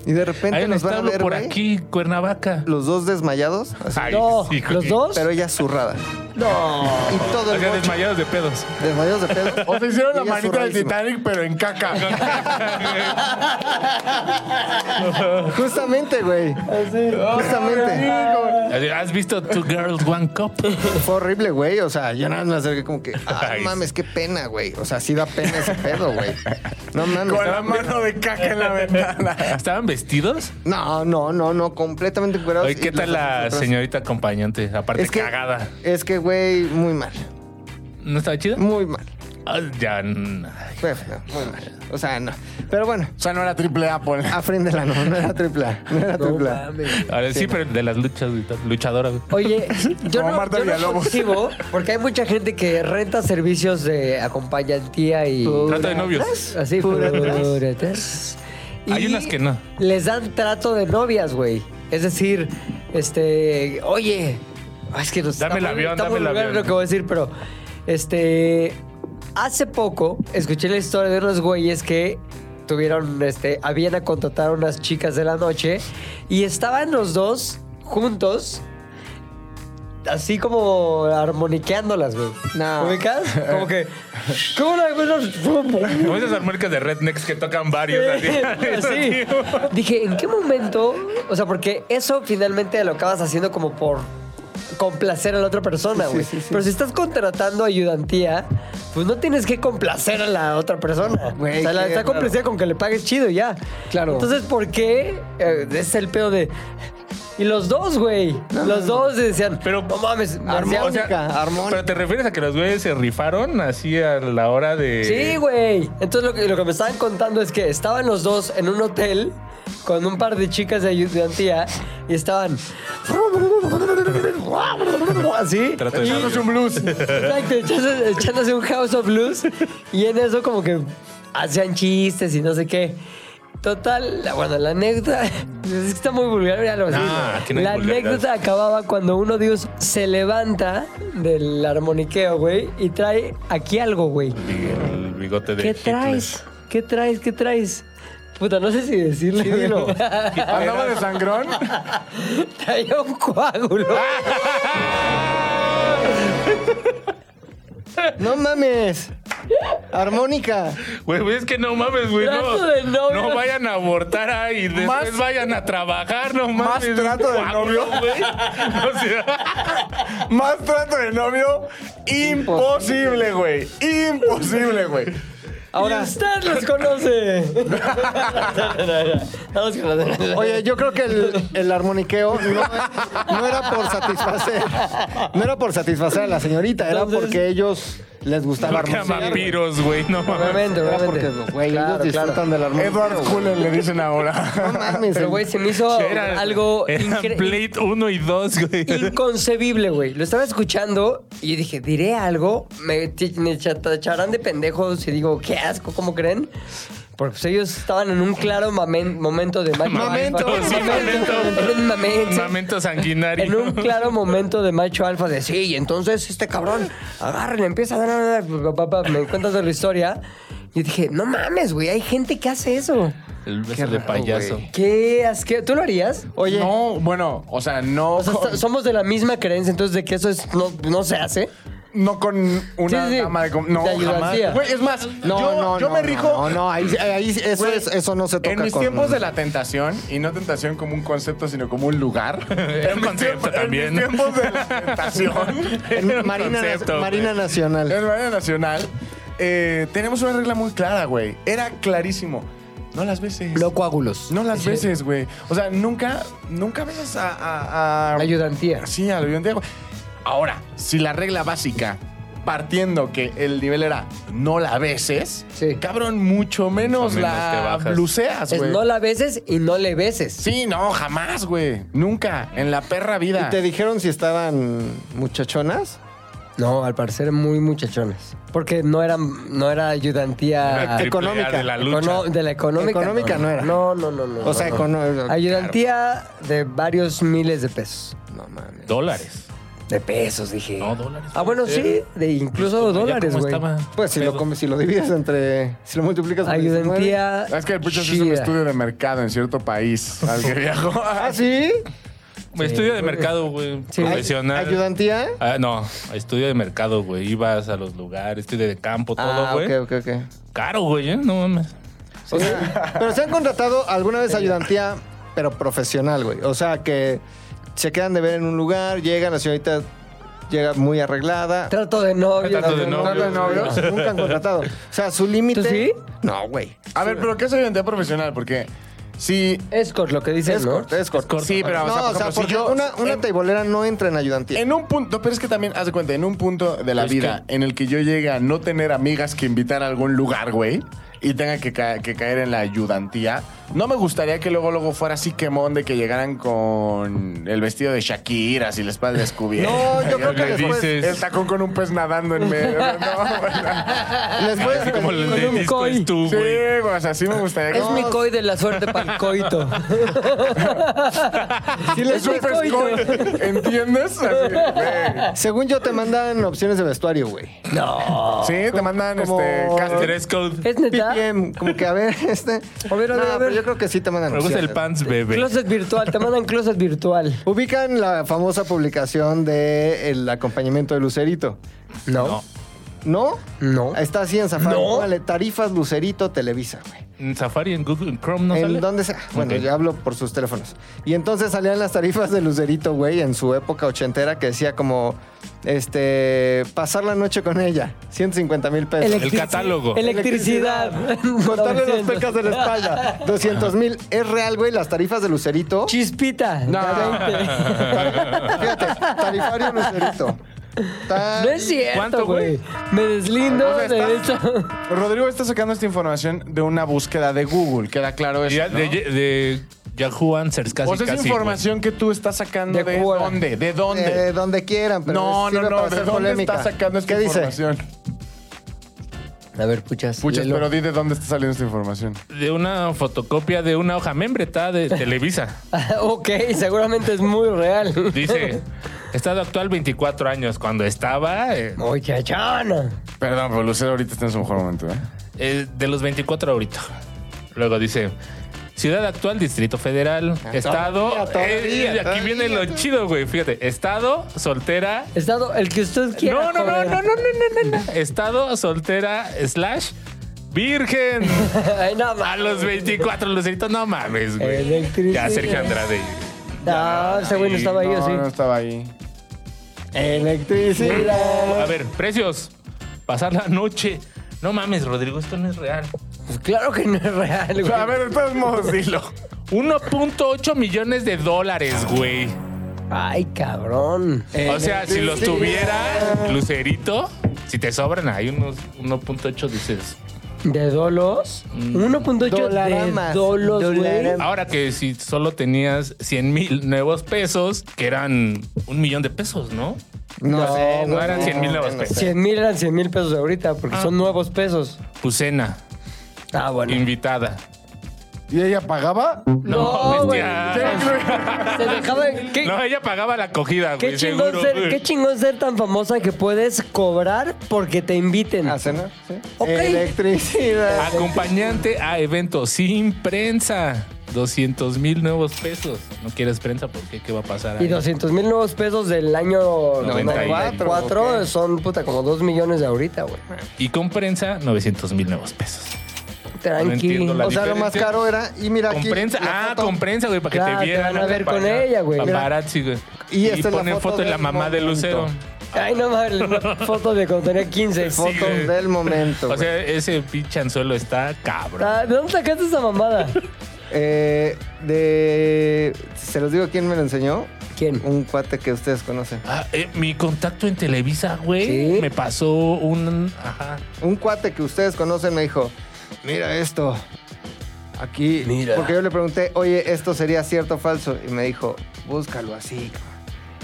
Y de
Hay
repente
un
nos van a
establo
ver,
por
güey,
aquí, Cuernavaca.
los dos desmayados, así,
Ay,
No,
sí, güey.
los dos.
pero ella zurrada.
No.
Y todo
O
el
sea,
bocho,
desmayados de pedos.
desmayados de pedo.
O te hicieron
Y
la
ella
manita del
zurradísima.
Titanic, pero en caca.
Justamente, güey.
Ah,
Justamente.
¿Has visto Two Girls, One Cup?
Fue horrible, güey. O sea, yo nada más me acerqué como que, ay,
Ay,
no mames, qué pena, güey. O sea, sí da pena ese pedo, güey. No mames.
Con la mano de caca en la ventana.
¿Estaban vestidos?
No, no, no, no, completamente encuerados.
Oye, ¿qué
Y
tal
los
la
otros-
señorita acompañante? Aparte,
Es que,
cagada.
Es que, güey, muy mal.
¿No estaba chida?
Muy mal.
Ah, ya. mm,
Fue feo, muy mal. O sea, no. Pero bueno,
O sea, no era triple A, por
a de la no, no era triple A. No era
No
triple A.
mames.
Ahora sí, pero de las luchas, güey, luchadoras. güey.
Oye, yo
Como
no,
Marta
yo no
Villalobos.
concibo, porque hay mucha gente que renta servicios de acompañantía y
Trata de novios.
así por
Pura
atrás.
Hay unas que no.
Les dan trato de novias, güey. Es decir, este, oye, ay, es que nos
Dame el
está muy-
avión,
está muy
dame el
vulgar
avión.
lo que voy a decir, pero este hace poco escuché la historia de unos güeyes que tuvieron este habían a contratar a unas chicas de la noche y estaban los dos juntos así como armoniqueándolas, güey.
No.
¿Ubicas? Como que ¿Cómo la güey?
Como esas armónicas de rednecks que tocan varios. así.
Sí. Dije, ¿en qué momento? O sea, porque eso finalmente lo acabas haciendo como por complacer a la otra persona, güey.
sí, sí.
Pero si estás contratando ayudantía, pues no tienes que complacer a la otra persona.
Güey,
o sea, la
qué
está
raro.
complacida con que le pagues chido y ya.
Claro.
Entonces, ¿por qué Eh, es el pedo de... Y los dos, güey. Los dos decían,
Pero-
no mames, me
Armó-
hacía
o sea, Armónica, armónica.
Pero te refieres a que los güeyes se rifaron así a la hora de.
Sí, güey. Entonces lo que, lo que me estaban contando es que estaban los dos en un hotel con un par de chicas de ayudantía y estaban así.
Trato de
Echándose un blues.
Exacto, echándose, echándose un House of Blues y en eso como que hacían chistes y no sé qué. Total, la- bueno, la anécdota es que está muy vulgar, ya lo voy a decir.
Ah, aquí no hay
La
vulgaridad.
anécdota acababa cuando uno de ellos se levanta del armoniqueo, güey, y trae aquí algo, güey.
Y el bigote de
¿Qué
Hitler.
traes? ¿Qué traes? ¿Qué traes? Puta, no sé si decirle.
dilo.
güey.
Andaba de sangrón.
Traía un coágulo.
Ah, No mames. Armónica.
Güey, güey, es que no mames, güey. No,
Trato de novio.
no vayan a abortar ahí. Después
Más-
vayan a trabajar, no
más
mames.
trato de
Guau,
novio.
güey. O sea,
Más trato de novio. Imposible, güey. Imposible, güey.
Ahora.
Ahora-
usted los conoce. no los conoce.
Oye, yo creo que el, el armoniqueo no, no era por satisfacer. No era por satisfacer a la señorita, era
Entonces-
porque ellos les gustaba
Porque a
armoniquear. güey.
vampiros, güey. No mames.
Obviamente,
Era
obviamente.
porque, güey, ellos
Claro,
disfrutan
claro.
del armoniqueo.
Edward
güey.
Cullen le dicen
No
ahora.
mames,
Pero, güey, se me hizo
Eran-
algo
eran
incre-
Blade 1 y 2, güey.
inconcebible, güey. Lo estaba escuchando y dije, ¿diré algo? Me, ti- me cha- tacharán de pendejo si digo, qué asco, ¿cómo creen? Porque pues, ellos estaban en un claro mamen- momento de macho
Momento,
alfa.
sí, momento.
En un momento.
Momento sanguinario.
En un claro momento de macho alfa de sí, y entonces este cabrón, agárrenle, empieza a dar- dar, dar, pa, pa, pa, me cuentas de la historia. Y dije, no mames, güey, hay gente que hace eso.
El beso de payaso.
¿Qué asque... ¿Tú lo harías?
Oye. No, bueno, o sea, no,
O sea,
con,
está- somos de la misma creencia, entonces de que eso es, no, no se hace.
no con una
Sí, sí, sí.
dama de... com- No,
De ayudancía.
jamás. Güey, es más,
No,
yo,
no,
yo
no,
me
no,
rijo...
No, no, ahí, ahí- eso,
Güey,
es- eso no se toca.
En mis
con-
tiempos de la tentación, y no tentación como un concepto, sino como un lugar.
Era un concepto
En
también.
mis tiempos de la tentación,
en
Era un
Marina,
concepto, güey.
Marina Nacional.
en Marina Nacional, eh, tenemos una regla muy clara, güey. Era clarísimo. No las veces.
No coágulos.
No las veces, güey. O sea, nunca, nunca ves a... a, a-
Ayudantía.
Sí, al ayudante, güey. Ahora, si la regla básica, partiendo que el nivel era no la beses,
Sí.
cabrón, mucho menos,
Mucho menos te
la
bajas.
luceas,
Es
Ah, güey.
no la beses y no le beses.
Sí, no, jamás, güey. Nunca. En la perra vida.
¿Y te dijeron si estaban muchachonas?
No, al parecer muy muchachones. Porque no era, no era ayudantía
Triple A
económica.
De la
econo-
lucha.
de la económica.
Económica no era.
No, no, no. no
O sea, eh,
no.
económica.
Ayudantía de varios miles de pesos.
No mames.
Dólares.
De pesos, dije.
No, dólares.
Ah, bueno, sí. De incluso dólares, güey.
Pues si lo, com- si lo divides entre. Si lo multiplicas por 19.
Ayudantía.
Es que el Puchas hizo un
chida.
estudio de mercado en cierto país al que viajó.
¿Ah, sí?
Estudio de mercado, güey.
Sí.
Profesional.
¿Ayudantía?
Ah, no, estudio de mercado, güey. Ibas a los lugares, estudio de campo, todo,
ah,
güey.
ok, ok, ok.
Caro, güey, ¿eh? No mames.
O sea, pero se han contratado alguna vez ayudantía, pero profesional, güey. O sea, que se quedan de ver en un lugar, llegan, la señorita llega muy arreglada.
Trato de novio.
Trato de
No, no, no,
Novios,
no, nunca han contratado. O sea, su límite.
¿Tú sí?
No, güey.
A ver, pero ¿qué es ayudantía profesional? Porque si.
Escort, lo que dices, ¿no?
Escort, escort.
Sí, pero.
No,
por
o sea,
ejemplo, si
porque
yo-
una, una
en-
teibolera no entra en ayudantía.
En un punto, pero es que también, haz de cuenta, en un punto de la
Es
vida en el que yo llegue a no tener amigas que invitar a algún lugar, güey, y tenga que, ca- que caer en la ayudantía, no me gustaría que luego luego fuera así quemón de que llegaran con el vestido de Shakira, si la espalda descubierta.
No, yo creo que
Le
después.
dices-
El tacón con un pez nadando en medio. No, güey.
Les voy a
Así como el
Con
de
un
disco
coy.
es tú,
Sí,
güey.
güey, o sea, sí me gustaría. que-
Es mi coy de la suerte para el coito.
es un pez coy, ¿Entiendes? Así, güey.
Según yo, te mandan opciones de vestuario, güey.
No.
sí, te mandan
Como-
este casting.
Dress code.
¿Es neta?
PPM, como que a ver, este.
A ver, a
No,
ver, a ver.
pero yo creo que sí te mandan
Me gusta el
opciones.
pants bebé.
Closet virtual, te mandan closet virtual.
Ubican la famosa publicación de el acompañamiento de Lucerito.
No.
¿No?
No.
Está así en Safari. Póngale tarifas Lucerito Televisa, güey.
En Safari, en Google, en Chrome, ¿no
¿En
sale?
dónde se- Bueno,
Ok.
yo hablo por sus teléfonos. Y entonces salían las tarifas de Lucerito, güey, en su época ochentera, que decía como, este, pasar la noche con ella, 150 mil pesos.
Electrici-
catálogo.
Electricidad.
Cortarle las
900.
pecas de la espalda, 200 mil. Es real, güey, las tarifas de Lucerito.
Chispita. No.
Fíjate, tarifario Lucerito. Tan-
No es cierto,
¿Cuánto,
güey.
güey?
Me deslindo
O sea, está-
derecho.
Rodrigo está sacando esta información de una búsqueda de Google, queda claro
Y
eso.
ya-
¿no?
de, de Yahoo Answers, casi,
o sea, es
casi,
información que tú estás sacando
De
de,
Cuba.
dónde, de dónde.
Eh, donde quieran, pero
no,
sirve
no, no,
para
¿de
hacer
dónde
polémica.
estás sacando esta
¿Qué dice?
información?
A ver, puchas.
Puchas,
léelo.
pero di de dónde está saliendo esta información.
güey. pues, De una fotocopia de una hoja membretada de Televisa.
ok, seguramente es muy real.
Dice, estado actual 24 años. Cuando estaba, eh,
Muy chachana.
Perdón, pero Lucero ahorita está en su mejor momento, ¿eh?
eh, de los 24 ahorita. Luego dice, ciudad actual, Distrito Federal, estado...
todavía,
eh, y aquí
todavía,
viene lo chido, güey. Fíjate, estado, soltera...
Estado, el que usted quiera.
No, no, no,
joder.
no, no, no, no, no, no. Estado, soltera, slash, virgen.
Ay, no,
A los 24, Lucerito, no mames, güey.
Electricidad.
Ya, Sergio Andrade.
No, ese güey no estaba ahí,
no,
¿o sí?
no estaba ahí.
Electricidad.
A ver, precios. Pasar la noche, No mames, Rodrigo, esto no es real.
Pues claro que no es real, güey.
A ver, de todos modos, dilo.
1.8 millones de dólares, güey.
Ay, cabrón.
O sea, si los tuviera Lucerito, si te sobran hay unos 1.8 dices.
¿De dolos?
Mm.
1.8 de
Dolaramas.
dolos, güey.
Dolaram-
Ahora que si solo tenías 100 mil nuevos pesos, que eran un millón de pesos, ¿no?
No, sé,
No eran 100 mil
no,
nuevos
no
pesos.
100 mil eran 100 mil pesos ahorita porque
Ah.
son nuevos pesos.
Tu cena,
Ah, bueno.
invitada.
¿Y ella pagaba?
No, güey.
bestia.
Se dejaba... ¿Qué,
No, ella pagaba la acogida,
qué
güey,
chingón
seguro.
ser,
güey.
qué chingón ser tan famosa que puedes cobrar porque te inviten.
¿A cenar? Ah, Sí.
Ok.
Electricidad.
Ah,
Acompañante a evento sin prensa. 200 mil nuevos pesos. ¿No quieres prensa? ¿Por qué? ¿Qué va a pasar?
Y
ahí?
200 mil nuevos pesos del año
94,
94
ok.
son, puta, como 2 millones de ahorita, güey.
Y con prensa, 900 mil nuevos pesos. No
Tranqui.
entiendo la
O sea, lo
diferencia.
más caro era. Y mira
Con
aquí.
prensa,
la
ah,
foto.
con prensa, güey, para que
Claro,
te
te
vieran.
van a
anda
ver
para
con
allá.
ella, güey.
Paparazzi, güey.
Y
Y,
esta es la
ponen
foto
foto de la
del
mamá de
momento.
Lucero.
Ay, no mames, foto de cuando tenía 15.
Fotos
güey.
del momento.
O
güey.
sea, ese pinche anzuelo está cabrón.
Ah, ¿De dónde sacaste esa mamada?
Eh, de. Se los digo quién me lo enseñó.
¿Quién?
Un cuate que ustedes conocen.
Ah, eh, mi contacto en Televisa, güey,
Sí.
me pasó un... Ajá.
Un cuate que ustedes conocen me dijo: Mira esto. Aquí.
Mira.
Porque yo le pregunté, oye, ¿esto sería cierto o falso? Y me dijo, búscalo así.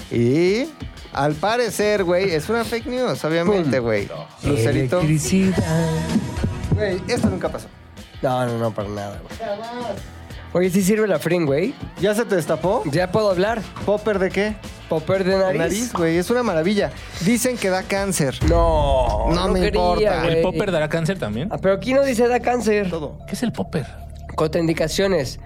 cabrón". Y. Al parecer, güey, es una fake news, obviamente, güey. Lucerito.
Electricidad.
Güey, esto nunca pasó.
No, no, no, para nada, güey. Oye, sí sirve la fring, güey.
¿Ya se te destapó?
Ya puedo hablar.
¿Popper de qué?
Popper de
De
nariz.
nariz, güey. Es una maravilla. Dicen que da cáncer.
No,
No me importa.
güey.
¿El popper dará cáncer también?
Ah, pero aquí no dice da cáncer.
Todo.
¿Qué es el popper?
Contraindicaciones.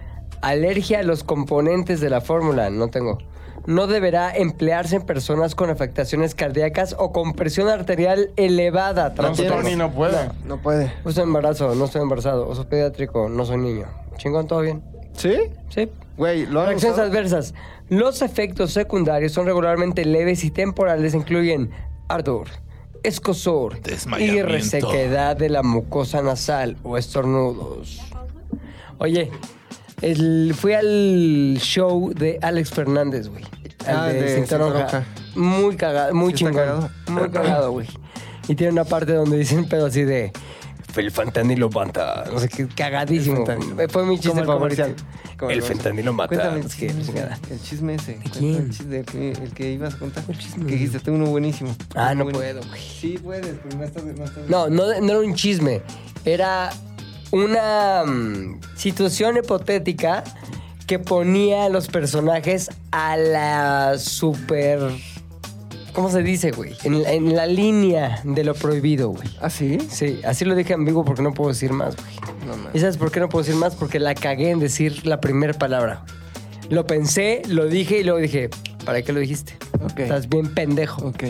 Alergia a los componentes de la fórmula. No tengo. No deberá emplearse en personas con afectaciones cardíacas o con presión arterial elevada.
No,
Transporte.
Tony no puede.
No puede.
Uso de embarazo, no estoy embarazado. Uso pediátrico, no soy niño. Chingón, todo bien.
¿Sí?
Sí.
Güey, lo han
Reacciones
usado?
adversas. Los efectos secundarios son regularmente leves y temporales. Incluyen ardor, escosor y
Desmayamiento.
resequedad de la mucosa nasal o estornudos. Oye, el- fui al show de Alex Fernández, güey. Al
Ah,
de,
de
Cinta Roja.
Roja.
Muy cagado, muy
Sí está
chingón.
cagado.
Muy cagado, güey. Y tiene una parte donde dicen pedo así de. El fentanilo mata. No sé qué, cagadísimo.
El fentanilo.
Fue mi
Como
chiste
el
favorito.
comercial. Como el
El
comercial.
fentanilo mata.
Cuéntame
no sé
el
Ah, qué,
chisme,
no sé nada.
ese, el chisme ese. Cuéntame
quién?
El, chisme, el que, el que ibas a contar. Que dijiste tú uno buenísimo.
Ah, no
Uno buenísimo.
puedo, güey.
Sí puedes, pero no estás... No, estás
No, no, no era un chisme. Era una mm, situación hipotética que ponía a los personajes a la super. ¿Cómo se dice, güey? En, la- en la línea de lo prohibido, güey.
¿Ah, sí?
Sí, así lo dije ambiguo porque no puedo decir más, güey. ¿Y sabes por qué no puedo decir más? Porque la cagué en decir la primera palabra. güey. Lo pensé, lo dije y luego dije, ¿para qué lo dijiste?
Ok.
Estás bien pendejo.
Ok.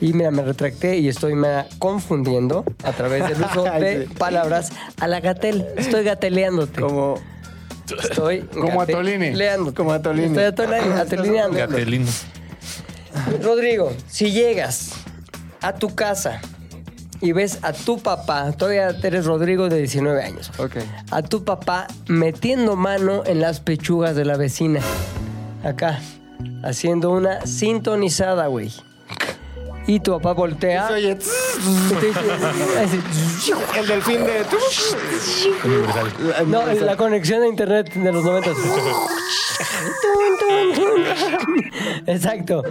Y mira, me retracté y estoy me confundiendo a través del uso de
Sí.
palabras a la gatel. Estoy gateleándote.
Como...
Estoy
Como a Tolini.
gateleándote.
Como a Tolini.
Estoy atole- atolineando.
Gatelino.
Rodrigo, si llegas a tu casa y ves a tu papá, todavía eres Rodrigo de 19 años,
Ok.
a tu papá metiendo mano en las pechugas de la vecina. Acá, haciendo una sintonizada, güey. Y tu papá voltea.
Oye,
y te dice- así,
el delfín de...
No, la conexión de internet de los momentos. Exacto.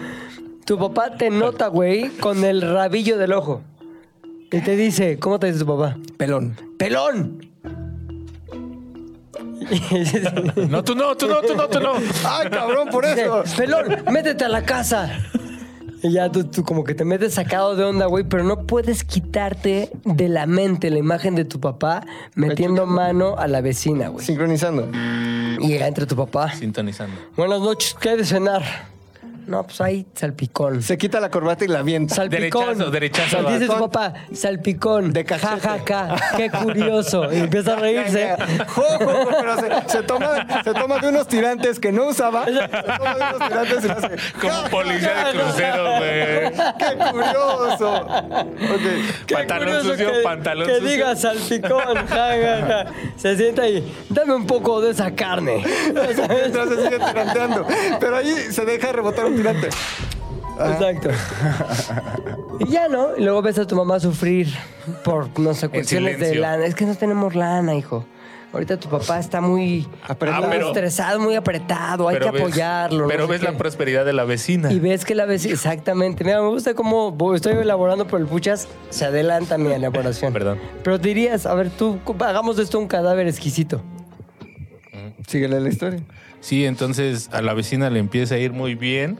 Tu papá te nota, güey, con el rabillo del ojo. Y te dice, ¿cómo te dice tu papá?
Pelón.
¡Pelón!
No, tú no, tú no, tú no, tú no.
¡Ay, cabrón, por
Dice,
eso!
pelón, métete a la casa. Y ya tú, tú como que te metes sacado de onda, güey, pero no puedes quitarte de la mente la imagen de tu papá metiendo mano a la vecina, güey.
Sincronizando.
Y llega entre tu papá.
Sintonizando.
Buenas noches, ¿qué hay de cenar? No, pues ahí salpicón.
Se quita la corbata y la avienta.
Salpicón.
Derechazo, derechazo.
Dice su
Salpicón.
papá, salpicón.
De cajete.
Ja, ja, ja. Qué curioso. Y empieza a reírse.
Jo, jo, jo, pero se, se toma, se toma de unos tirantes que no usaba. Se toma de unos tirantes y lo hace.
Como policía de crucero, güey.
¡Qué curioso! Ok.
Qué
Pantalón
curioso
sucio,
que,
pantalón
que
sucio.
diga salpicón. ja, ja, ja. Se sienta ahí. Dame un poco de esa carne.
Mientras se sigue tiranteando. Pero ahí se deja rebotar un tirante.
Ah.
Exacto. Y ya, ¿no? Y luego ves a tu mamá sufrir por, no sé, cuestiones de
silencio.
lana. Es que no tenemos lana, hijo. Ahorita tu papá está muy
Apretado.
muy
Ah, pero-
estresado, muy apretado. Hay que
Pero ves-
apoyarlo. no
Pero
sé
ves
qué.
la prosperidad de la vecina.
Y ves que la ves exactamente. Mira, me gusta cómo voy- estoy elaborando, pero el puchas se adelanta mi elaboración.
Perdón.
Pero dirías, a ver, tú, cu- hagamos de esto un cadáver exquisito.
Síguele la historia.
Sí, entonces a la vecina le empieza a ir muy bien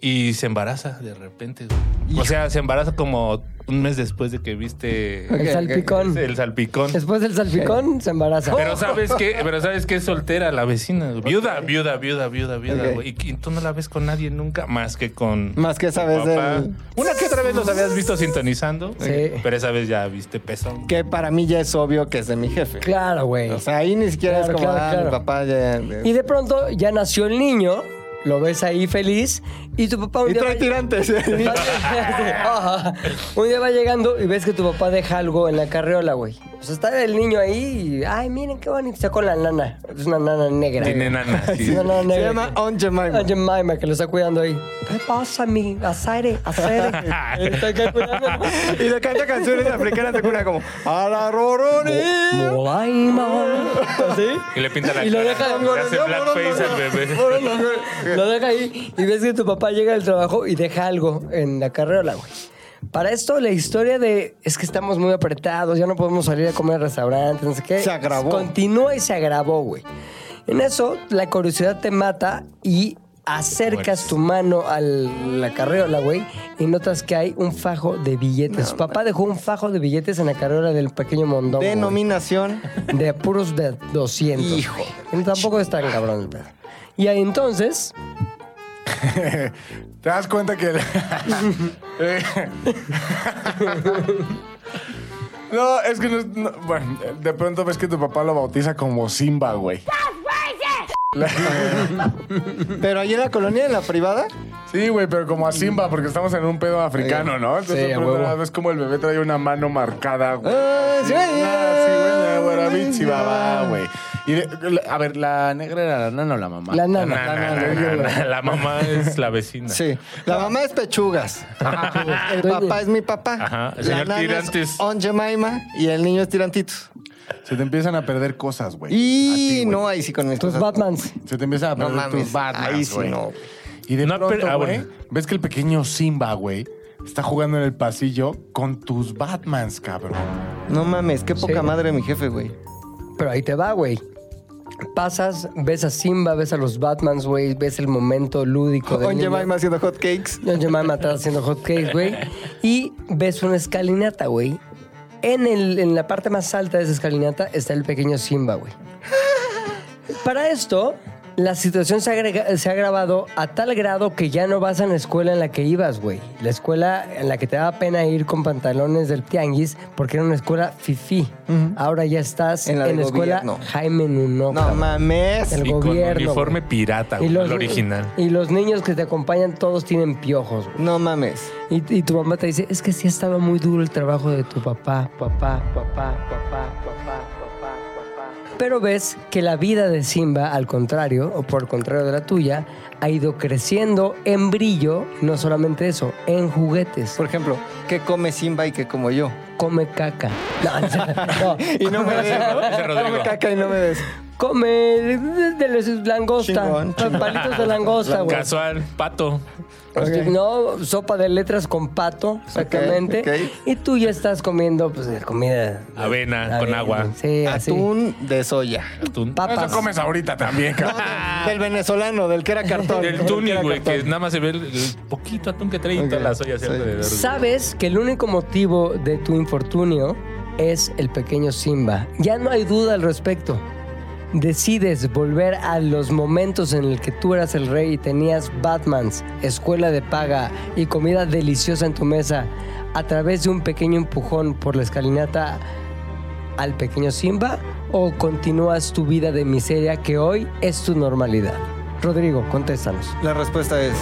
y se embaraza de repente. güey. O sea, se embaraza como un mes después de que viste
el salpicón.
el salpicón.
Después del salpicón se embaraza.
Pero sabes que, pero sabes que es soltera la vecina, güey. viuda, viuda, viuda, viuda, viuda,
Ok.
güey. Y, y tú no la ves con nadie nunca más que con
Más que esa vez
tu papá.
del-
Una que otra vez los habías visto sintonizando,
Sí.
pero esa vez ya viste pezón.
Que para mí ya es obvio que es de mi jefe.
Claro, güey.
O sea, ahí ni siquiera
Claro,
es como,
claro,
ah,
claro.
mi papá ya.
Y de pronto ya nació el niño, lo ves ahí feliz, y tu papá un
Y
día.
trae
va-
tirantes.
Ajá. un día va llegando y ves que tu papá deja algo en la carriola, güey. O sea, está el niño ahí y. Ay, miren qué bonito. Sacó la nana. Es una nana negra.
Tiene nana.
Es una nana
Se
negra.
llama On Jemima.
A Jemima, que lo está cuidando ahí. ¿Qué pasa, mi? Azaire, azaire. Está acá cuidando.
Y le canta canciones africanas de cuna como A la Roroni.
Molaima. ¿Sí?
Y le pinta la
Y lo
cara.
deja
Le hace blackface al bebé.
Lo deja ahí y ves que tu papá llega del trabajo y deja algo en la carriola, güey. Para esto, la historia de es que estamos muy apretados, ya no podemos salir a comer a restaurantes, no sé qué.
Se agravó.
Continúa y se agravó, güey. En eso, la curiosidad te mata y acercas tu mano a la carriola, güey, y notas que hay un fajo de billetes. Su papá dejó un fajo de billetes en la carriola del pequeño mondongo. güey.
Denominación.
De puros de 200.
Hijo
Y Tampoco es tan cabrón el pedo. Y ahí entonces,
¿Te das cuenta que.? el- Eh, no, es que no, es- no- Bueno, de pronto ves que tu papá lo bautiza como Simba, güey.
Pero allí en la colonia, en la privada.
Sí, güey, pero como a Simba, porque estamos en un pedo africano, ¿no? Entonces,
Sí,
de
a
pronto
huevo.
ves como el bebé trae una mano marcada, güey.
Ah, sí, güey.
Ah, sí, güey, ya, güey, la bichi, babá, güey. Y de- a ver, ¿la negra era la nana o la mamá?
la
Na,
nana.
na, na, na, na. La mamá es la vecina.
Sí. La mamá es pechugas. El papá es mi papá.
Ajá, el
La
señor
nana
Tirantes.
es On Jemima y el niño es tirantitos.
Se te empiezan a perder cosas, güey. A
Y
ti, Ah, güey.
no, ahí sí con mis
Tus
cosas.
Batmans.
Se te empiezan a
No
perder
mames,
tus Batman,
ahí sí no.
Y de
No,
pronto,
pero- ah,
güey,
bueno.
ves que el pequeño Simba, güey, está jugando en el pasillo con tus Batmans, cabrón.
No mames, qué poca
Sí.
madre mi jefe, güey.
Pero ahí te va, güey. Pasas, ves a Simba, ves a los Batmans, güey, ves el momento lúdico del
On
niño.
Jemima haciendo hot cakes.
Don Jemima atrás haciendo hotcakes, güey. Y ves una escalinata, güey. En, el- en la parte más alta de esa escalinata está el pequeño Simba, güey. Para esto, la situación se, agrega- se ha agravado a tal grado que ya no vas a la escuela en la que ibas, güey. La escuela en la que te daba pena ir con pantalones del tianguis porque era una escuela fifí. Ahora ya estás en
En
la,
la del
escuela
gobierno.
Jaime Nuno.
No
cabrón.
mames.
El
Y con
gobierno,
uniforme
güey.
pirata, güey, el original.
Y los niños que te acompañan todos tienen piojos, güey.
No mames.
Y, y tu mamá te dice, es que sí estaba muy duro el trabajo de tu papá, papá, papá, papá, papá, papá, papá, papá. Pero ves que la vida de Simba, al contrario, o por contrario de la tuya, ha ido creciendo en brillo, y no solamente eso, en juguetes.
Por ejemplo, ¿qué come Simba y qué como yo?
Come caca. No, no,
Y no me des.
Ese Rodrigo.
Come caca y no me des.
come de, de los langosta,
Chingón, chingón.
palitos de langosta, güey.
Casual, pato.
Pues, No, sopa de letras con pato, exactamente.
ok.
Y tú ya estás comiendo, pues, comida.
Avena con agua.
Sí, así.
Atún de soya.
Atún.
Papas.
Eso comes ahorita también, cabrón.
Del venezolano, del que era cartón.
El tuni, güey, que nada más se ve el, el poquito atún que trae y
Ok,
todas las ollas
sí.
alrededor.
Sabes que el único motivo de tu infortunio es el pequeño Simba. Ya no hay duda al respecto. decides volver a los momentos en el que tú eras el rey y tenías Batmans, escuela de paga y comida deliciosa en tu mesa, a través de un pequeño empujón por la escalinata al pequeño Simba, o continúas tu vida de miseria que hoy es tu normalidad? Rodrigo, contéstanos.
La respuesta es.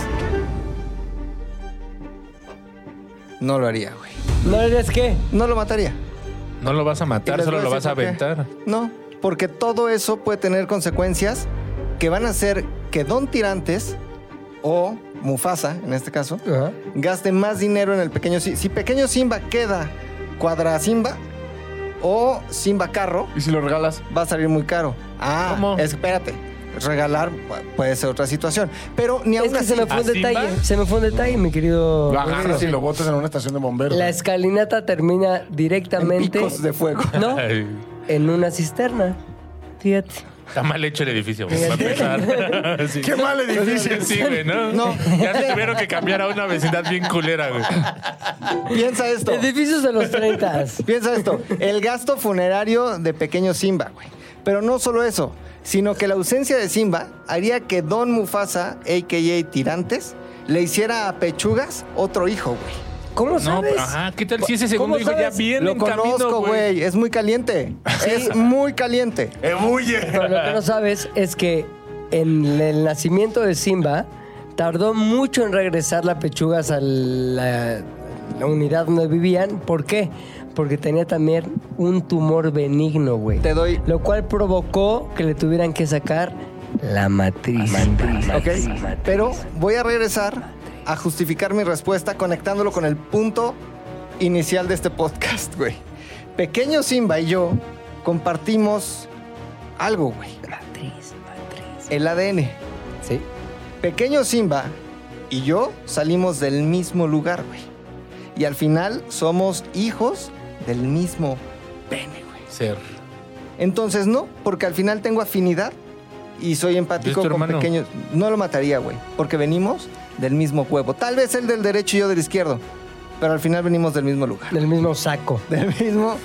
No lo haría, güey.
¿No eres qué?
No lo mataría.
No lo vas a
Y
matar,
les
solo
voy
lo vas a
decir por qué.
aventar.
No, porque todo eso puede tener consecuencias que van a hacer que Don Tirantes o Mufasa, en este caso,
Ajá.
gaste más dinero en el pequeño Si Si pequeño Simba queda cuadra Simba o Simba carro,
¿Y si lo regalas?
va a salir muy caro. Ah,
¿Cómo?
espérate. Regalar pu- puede ser otra situación. Pero ni aún
Es que
así-
se me fue un
¿A Simba? Ah,
detalle, se me fue un detalle, mi querido.
Lo agarras y lo botas en una estación de bomberos.
La escalinata termina directamente.
picos de fuego.
No,
Ay,
en una cisterna. Fíjate.
Está mal hecho el edificio, güey, para empezar. Sí.
¡Qué mal edificio!
Sí, güey, ¿no?
No.
Ya se tuvieron que cambiar a una vecindad bien culera, güey.
Piensa esto.
Edificios de los 30.
Piensa esto, el gasto funerario de pequeño Simba, güey. Pero no solo eso, sino que la ausencia de Simba haría que Don Mufasa, a.k.a. Tirantes, le hiciera a Pechugas otro hijo, güey.
¿Cómo
No,
sabes?
pero, ajá, ¿qué tal si ese
¿Cómo
segundo hijo ya
sabes?
viene
Lo
en camino,
conozco,
güey?
güey, es muy caliente. Es muy caliente.
Pero lo que no sabes es que en el nacimiento de Simba tardó mucho en regresar las pechugas a la, la unidad donde vivían. ¿Por qué? Porque tenía también un tumor benigno, güey.
Te doy-
Lo cual provocó que le tuvieran que sacar la matriz.
¿Ok?
Matriz, matriz.
Pero voy a regresar a justificar mi respuesta conectándolo con el punto inicial de este podcast, güey. Pequeño Simba y yo compartimos algo, güey. El ADN.
Eh, Sí.
Pequeño Simba y yo salimos del mismo lugar, güey. Y al final somos hijos del mismo pene, güey.
Ser.
Entonces no, porque al final tengo afinidad y soy
¿Es
empático
tu
con
hermano?
pequeños. No lo mataría, güey, porque venimos del mismo huevo. Tal vez él del derecho y yo del izquierdo, pero al final venimos del mismo lugar,
Del mismo saco.
del mismo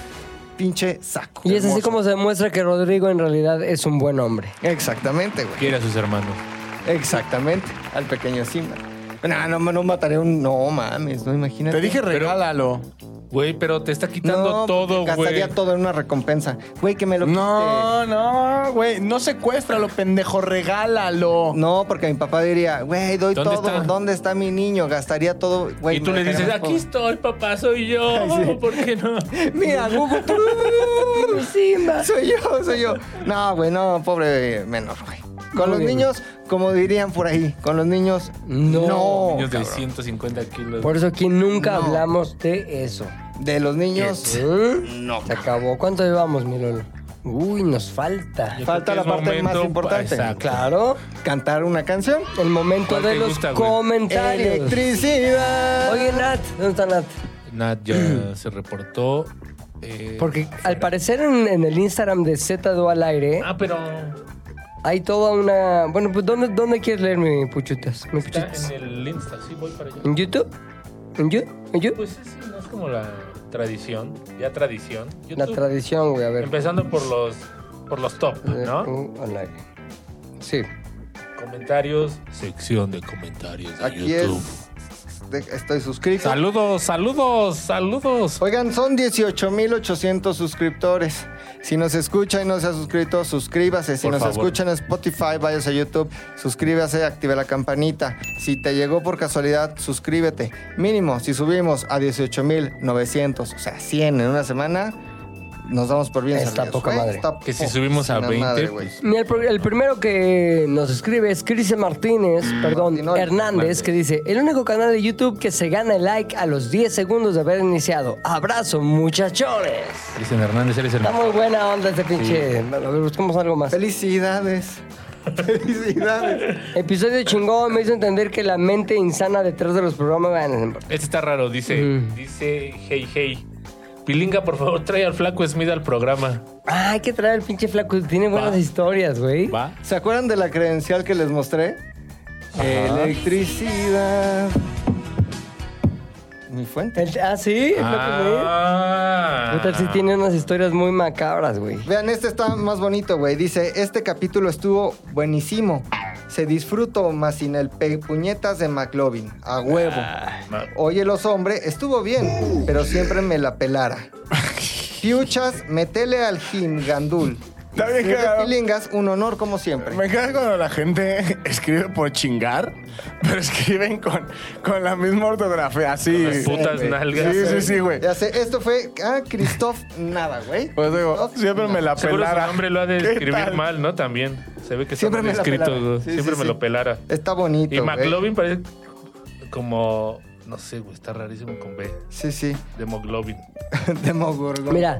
pinche saco.
Y es así
Hermoso.
como se demuestra que Rodrigo en realidad es un buen hombre.
Exactamente, güey.
Quiere a sus hermanos.
Exactamente, al pequeño Simba. No, no, no mataré un... No, mames, no imagínate.
Te dije regálalo.
Güey, pero te está quitando
no,
todo,
gastaría
güey.
todo en una recompensa. Güey, que me lo
No, no, güey. No secuéstralo, pendejo. Regálalo.
quite. No, porque mi papá diría, güey, doy
¿Dónde
todo.
está?
¿Dónde está mi niño? Gastaría todo. Güey,
Y tú
me
le dices,
dejaría
aquí
más
estoy, papá, soy yo. ¿Por qué no?
pobre". Mira, Google.
Simba.
soy yo, soy yo. No, güey, no, pobre menor, güey. Con
Muy
los
bien.
niños, como dirían por ahí, con los niños,
No.
no.
Niños de
cabrón.
150 kilos.
Por eso aquí nunca
No.
hablamos de eso.
De los niños.
No. Se acabó. ¿Cuánto llevamos, mi Lolo? Uy, nos falta.
Yo
Falta
creo que
la
es
parte más
momento-
importante.
Exacto.
Claro,
Cantar una canción.
el momento
¿Cuál
de
te
los
gusta, güey?
comentarios.
Electricidad.
Oye, Nat, ¿dónde está Nat?
Nat ya se reportó. eh,
Porque al parecer en, en el Instagram de Z2 al aire
Ah, pero
hay toda una. Bueno, pues ¿dónde, dónde quieres leer mi puchutas? Mi
está
puchutas.
en el Insta, sí, voy para allá.
¿En YouTube? ¿En YouTube? ¿En YouTube?
Pues es, no es como la tradición, ya tradición.
La
YouTube,
tradición, güey, a ver.
Empezando por los, por los top,
Eh, uh.
¿no?
Z2 al aire. Sí.
Comentarios, sección de comentarios de
Aquí
YouTube.
es. de- Estoy suscrito.
Saludos, saludos, saludos.
Oigan, son 18,800 suscriptores. Si nos escucha y no se ha suscrito, suscríbase. Si
Por
nos
favor.
escucha en Spotify, váyase a YouTube, suscríbase, active la campanita. Si te llegó por casualidad, suscríbete. Mínimo, si subimos a 18,900, o sea, 100 en una semana, nos damos por bien
Está
servidos, ¿eh?
poca
güey.
madre.
Que si subimos a pues.
poquísima
20,
güey.
Mira, El, pr- el primero que nos escribe es Cris Martínez, perdón,
Martinoli.
Hernández, que dice, el único canal de YouTube que se gana el like a los 10 segundos de haber iniciado. Abrazo, muchachones.
Dicen Hernández, eres el
Está muy buena onda este pinche. Buscamos algo más.
Felicidades. Felicidades.
Episodio chingón me hizo entender que la mente insana detrás de los programas... Bueno,
Este está raro, dice,
Mm.
dice, hey, hey. Pilinga, por favor, trae al flaco Smith al programa.
Ah, hay que traer al pinche flaco. Tiene buenas
Va.
historias, güey.
¿Va?
¿Se acuerdan de la credencial que les mostré? Electricidad. mi fuente.
El- ah, sí, es
Ah.
lo que leí. Puta, sí tiene unas historias muy macabras, güey.
Vean, este está más bonito, güey. Dice, este capítulo estuvo buenísimo. Se disfrutó más sin el pe- puñetas de McLovin. A huevo.
Ah.
ma-
Oye, los hombres, estuvo bien, pero siempre me la pelara. Piuchas, metele al Jim Gandul.
Está bien
Disfrute,
cagado.
pilingas, un honor como siempre.
Me encanta cuando la gente escribe por chingar, pero escriben con, con la misma ortografía, así.
Con las putas
Sí,
nalgas.
Sí, sí, sí, güey.
Ya sé, esto fue ah, Christoph Nada, güey.
Pues digo,
Christoph
siempre me la
Seguro su
pelara.
nombre lo ha de
¿Qué
escribir
tal?
mal, ¿no? También. Se ve que está
Siempre
mal
me la
escrito.
pelara.
güey.
Sí,
Siempre
sí,
me
sí.
lo pelara.
Está bonito.
Y
güey.
McLovin parece como. No sé, güey, está rarísimo con B.
Sí, sí.
De McLovin.
De Mogorgo.
Mira,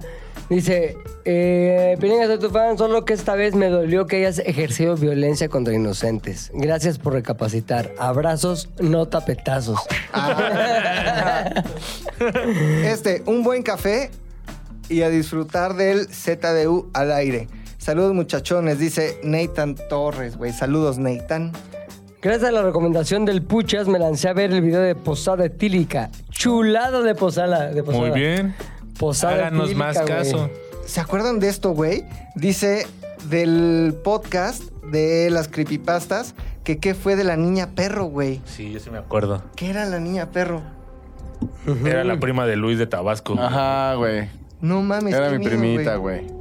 dice, eh, Pilinga, soy tu fan, solo que esta vez me dolió que hayas ejercido violencia contra inocentes. Gracias por recapacitar. Abrazos, no tapetazos.
Ah. Este, un buen café y a disfrutar del ZDU al aire. Saludos muchachones, dice Nathan Torres, güey. Saludos, Nathan.
Gracias a la recomendación del Puchas me lancé a ver el video de Posada Etílica. Chulada de Posada. De posada.
Muy bien.
Posada
Háganos
Etílica,
más
güey.
caso.
¿Se acuerdan de esto, güey? Dice del podcast de las creepypastas que qué fue de la niña perro, güey.
Sí, yo sí me acuerdo.
¿Qué era la niña perro?
Era la prima de Luis de Tabasco.
Ah.
Ajá, güey.
No mames.
Era
qué
mi
miedo,
primita, güey.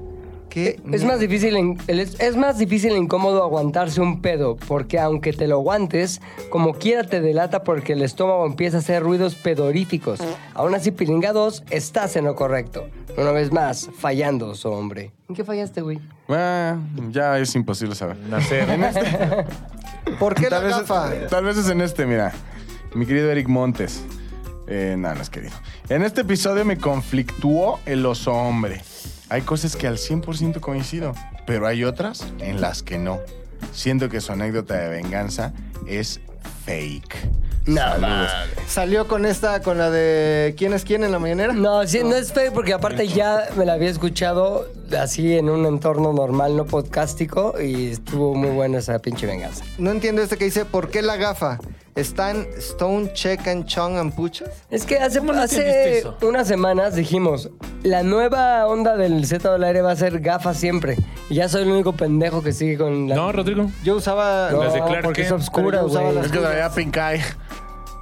Qué
Es
miedo.
más difícil, en- el- es, es más difícil e incómodo aguantarse un pedo, porque aunque te lo aguantes, como quiera te delata porque el estómago empieza a hacer ruidos pedoríficos. Aún así, Pilinga 2, estás en lo correcto. Una vez más, fallando, so hombre. ¿En qué fallaste, güey?
Ah, ya es imposible saber.
Nacer.
¿Por qué la
Tal vez,
gafa?
tal vez es en este, mira. Mi querido Eric Montes. Eh, no, no es querido. En este episodio me conflictuó el oso hombre. Hay cosas que al 100% coincido, pero hay otras en las que no. Siento que su anécdota de venganza es fake. Saludos.
Salió con esta, con la de ¿Quién es quién en la mañanera?
No, sí, no es fake porque aparte ya me la había escuchado así en un entorno normal, no podcástico, y estuvo muy buena esa pinche venganza.
No entiendo este que dice, ¿por qué la gafa? ¿Están Stone, Check and Chong and Puchas?
Es que hace,
¿Cómo no
hace
entendiste eso?
unas semanas dijimos, la nueva onda del Z del aire va a ser gafa siempre. Y ya soy el único pendejo que sigue con la...
No, Rodrigo.
Yo usaba...
No,
las de Clark
porque es
Kent,
oscura,
pero yo usaba
güey.
Es que traía pink eye.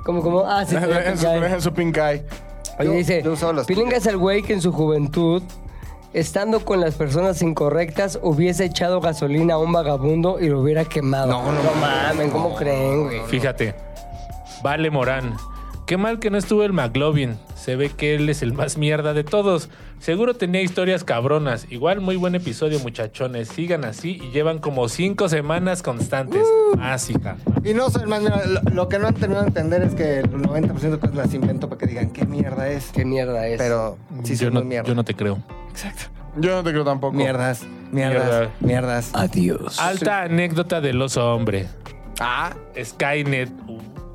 Como, como, ah, sí, sí,
En su-
ya.
en su pink eye.
Oye,
Yo-
dice,
yo usaba las
Pilinga es el güey que en su juventud, estando con las personas incorrectas, hubiese echado gasolina a un vagabundo y lo hubiera quemado. No, no, mames, ¿cómo creen, güey?
Fíjate. Vale Morán. Qué mal que no estuvo el McLovin. Se ve que él es el más mierda de todos. Seguro tenía historias cabronas. Igual muy buen episodio, muchachones. Sigan así y llevan como cinco semanas constantes.
Uh.
Ah, Así,
Y no soy el más... mira, lo, lo que no han terminado de entender es que el 90% de cosas las invento para que digan qué mierda es.
Qué mierda es.
Pero sí
Mm, yo,
son
no,
muy mierda.
yo no te creo.
Yo no te creo tampoco.
Mierdas, mierdas,
Mierda.
mierdas.
Adiós.
Alta anécdota del oso hombre.
Ah,
Skynet.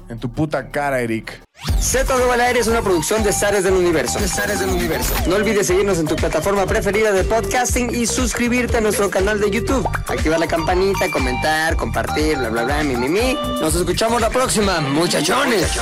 en tu puta cara, Eric.
Z al aire es una producción de Zares del Universo. del Universo. No olvides seguirnos en tu plataforma preferida de podcasting y suscribirte a nuestro canal de YouTube. Activar la campanita, comentar, compartir, bla bla bla, mi mi mi. Nos escuchamos la próxima, muchachones.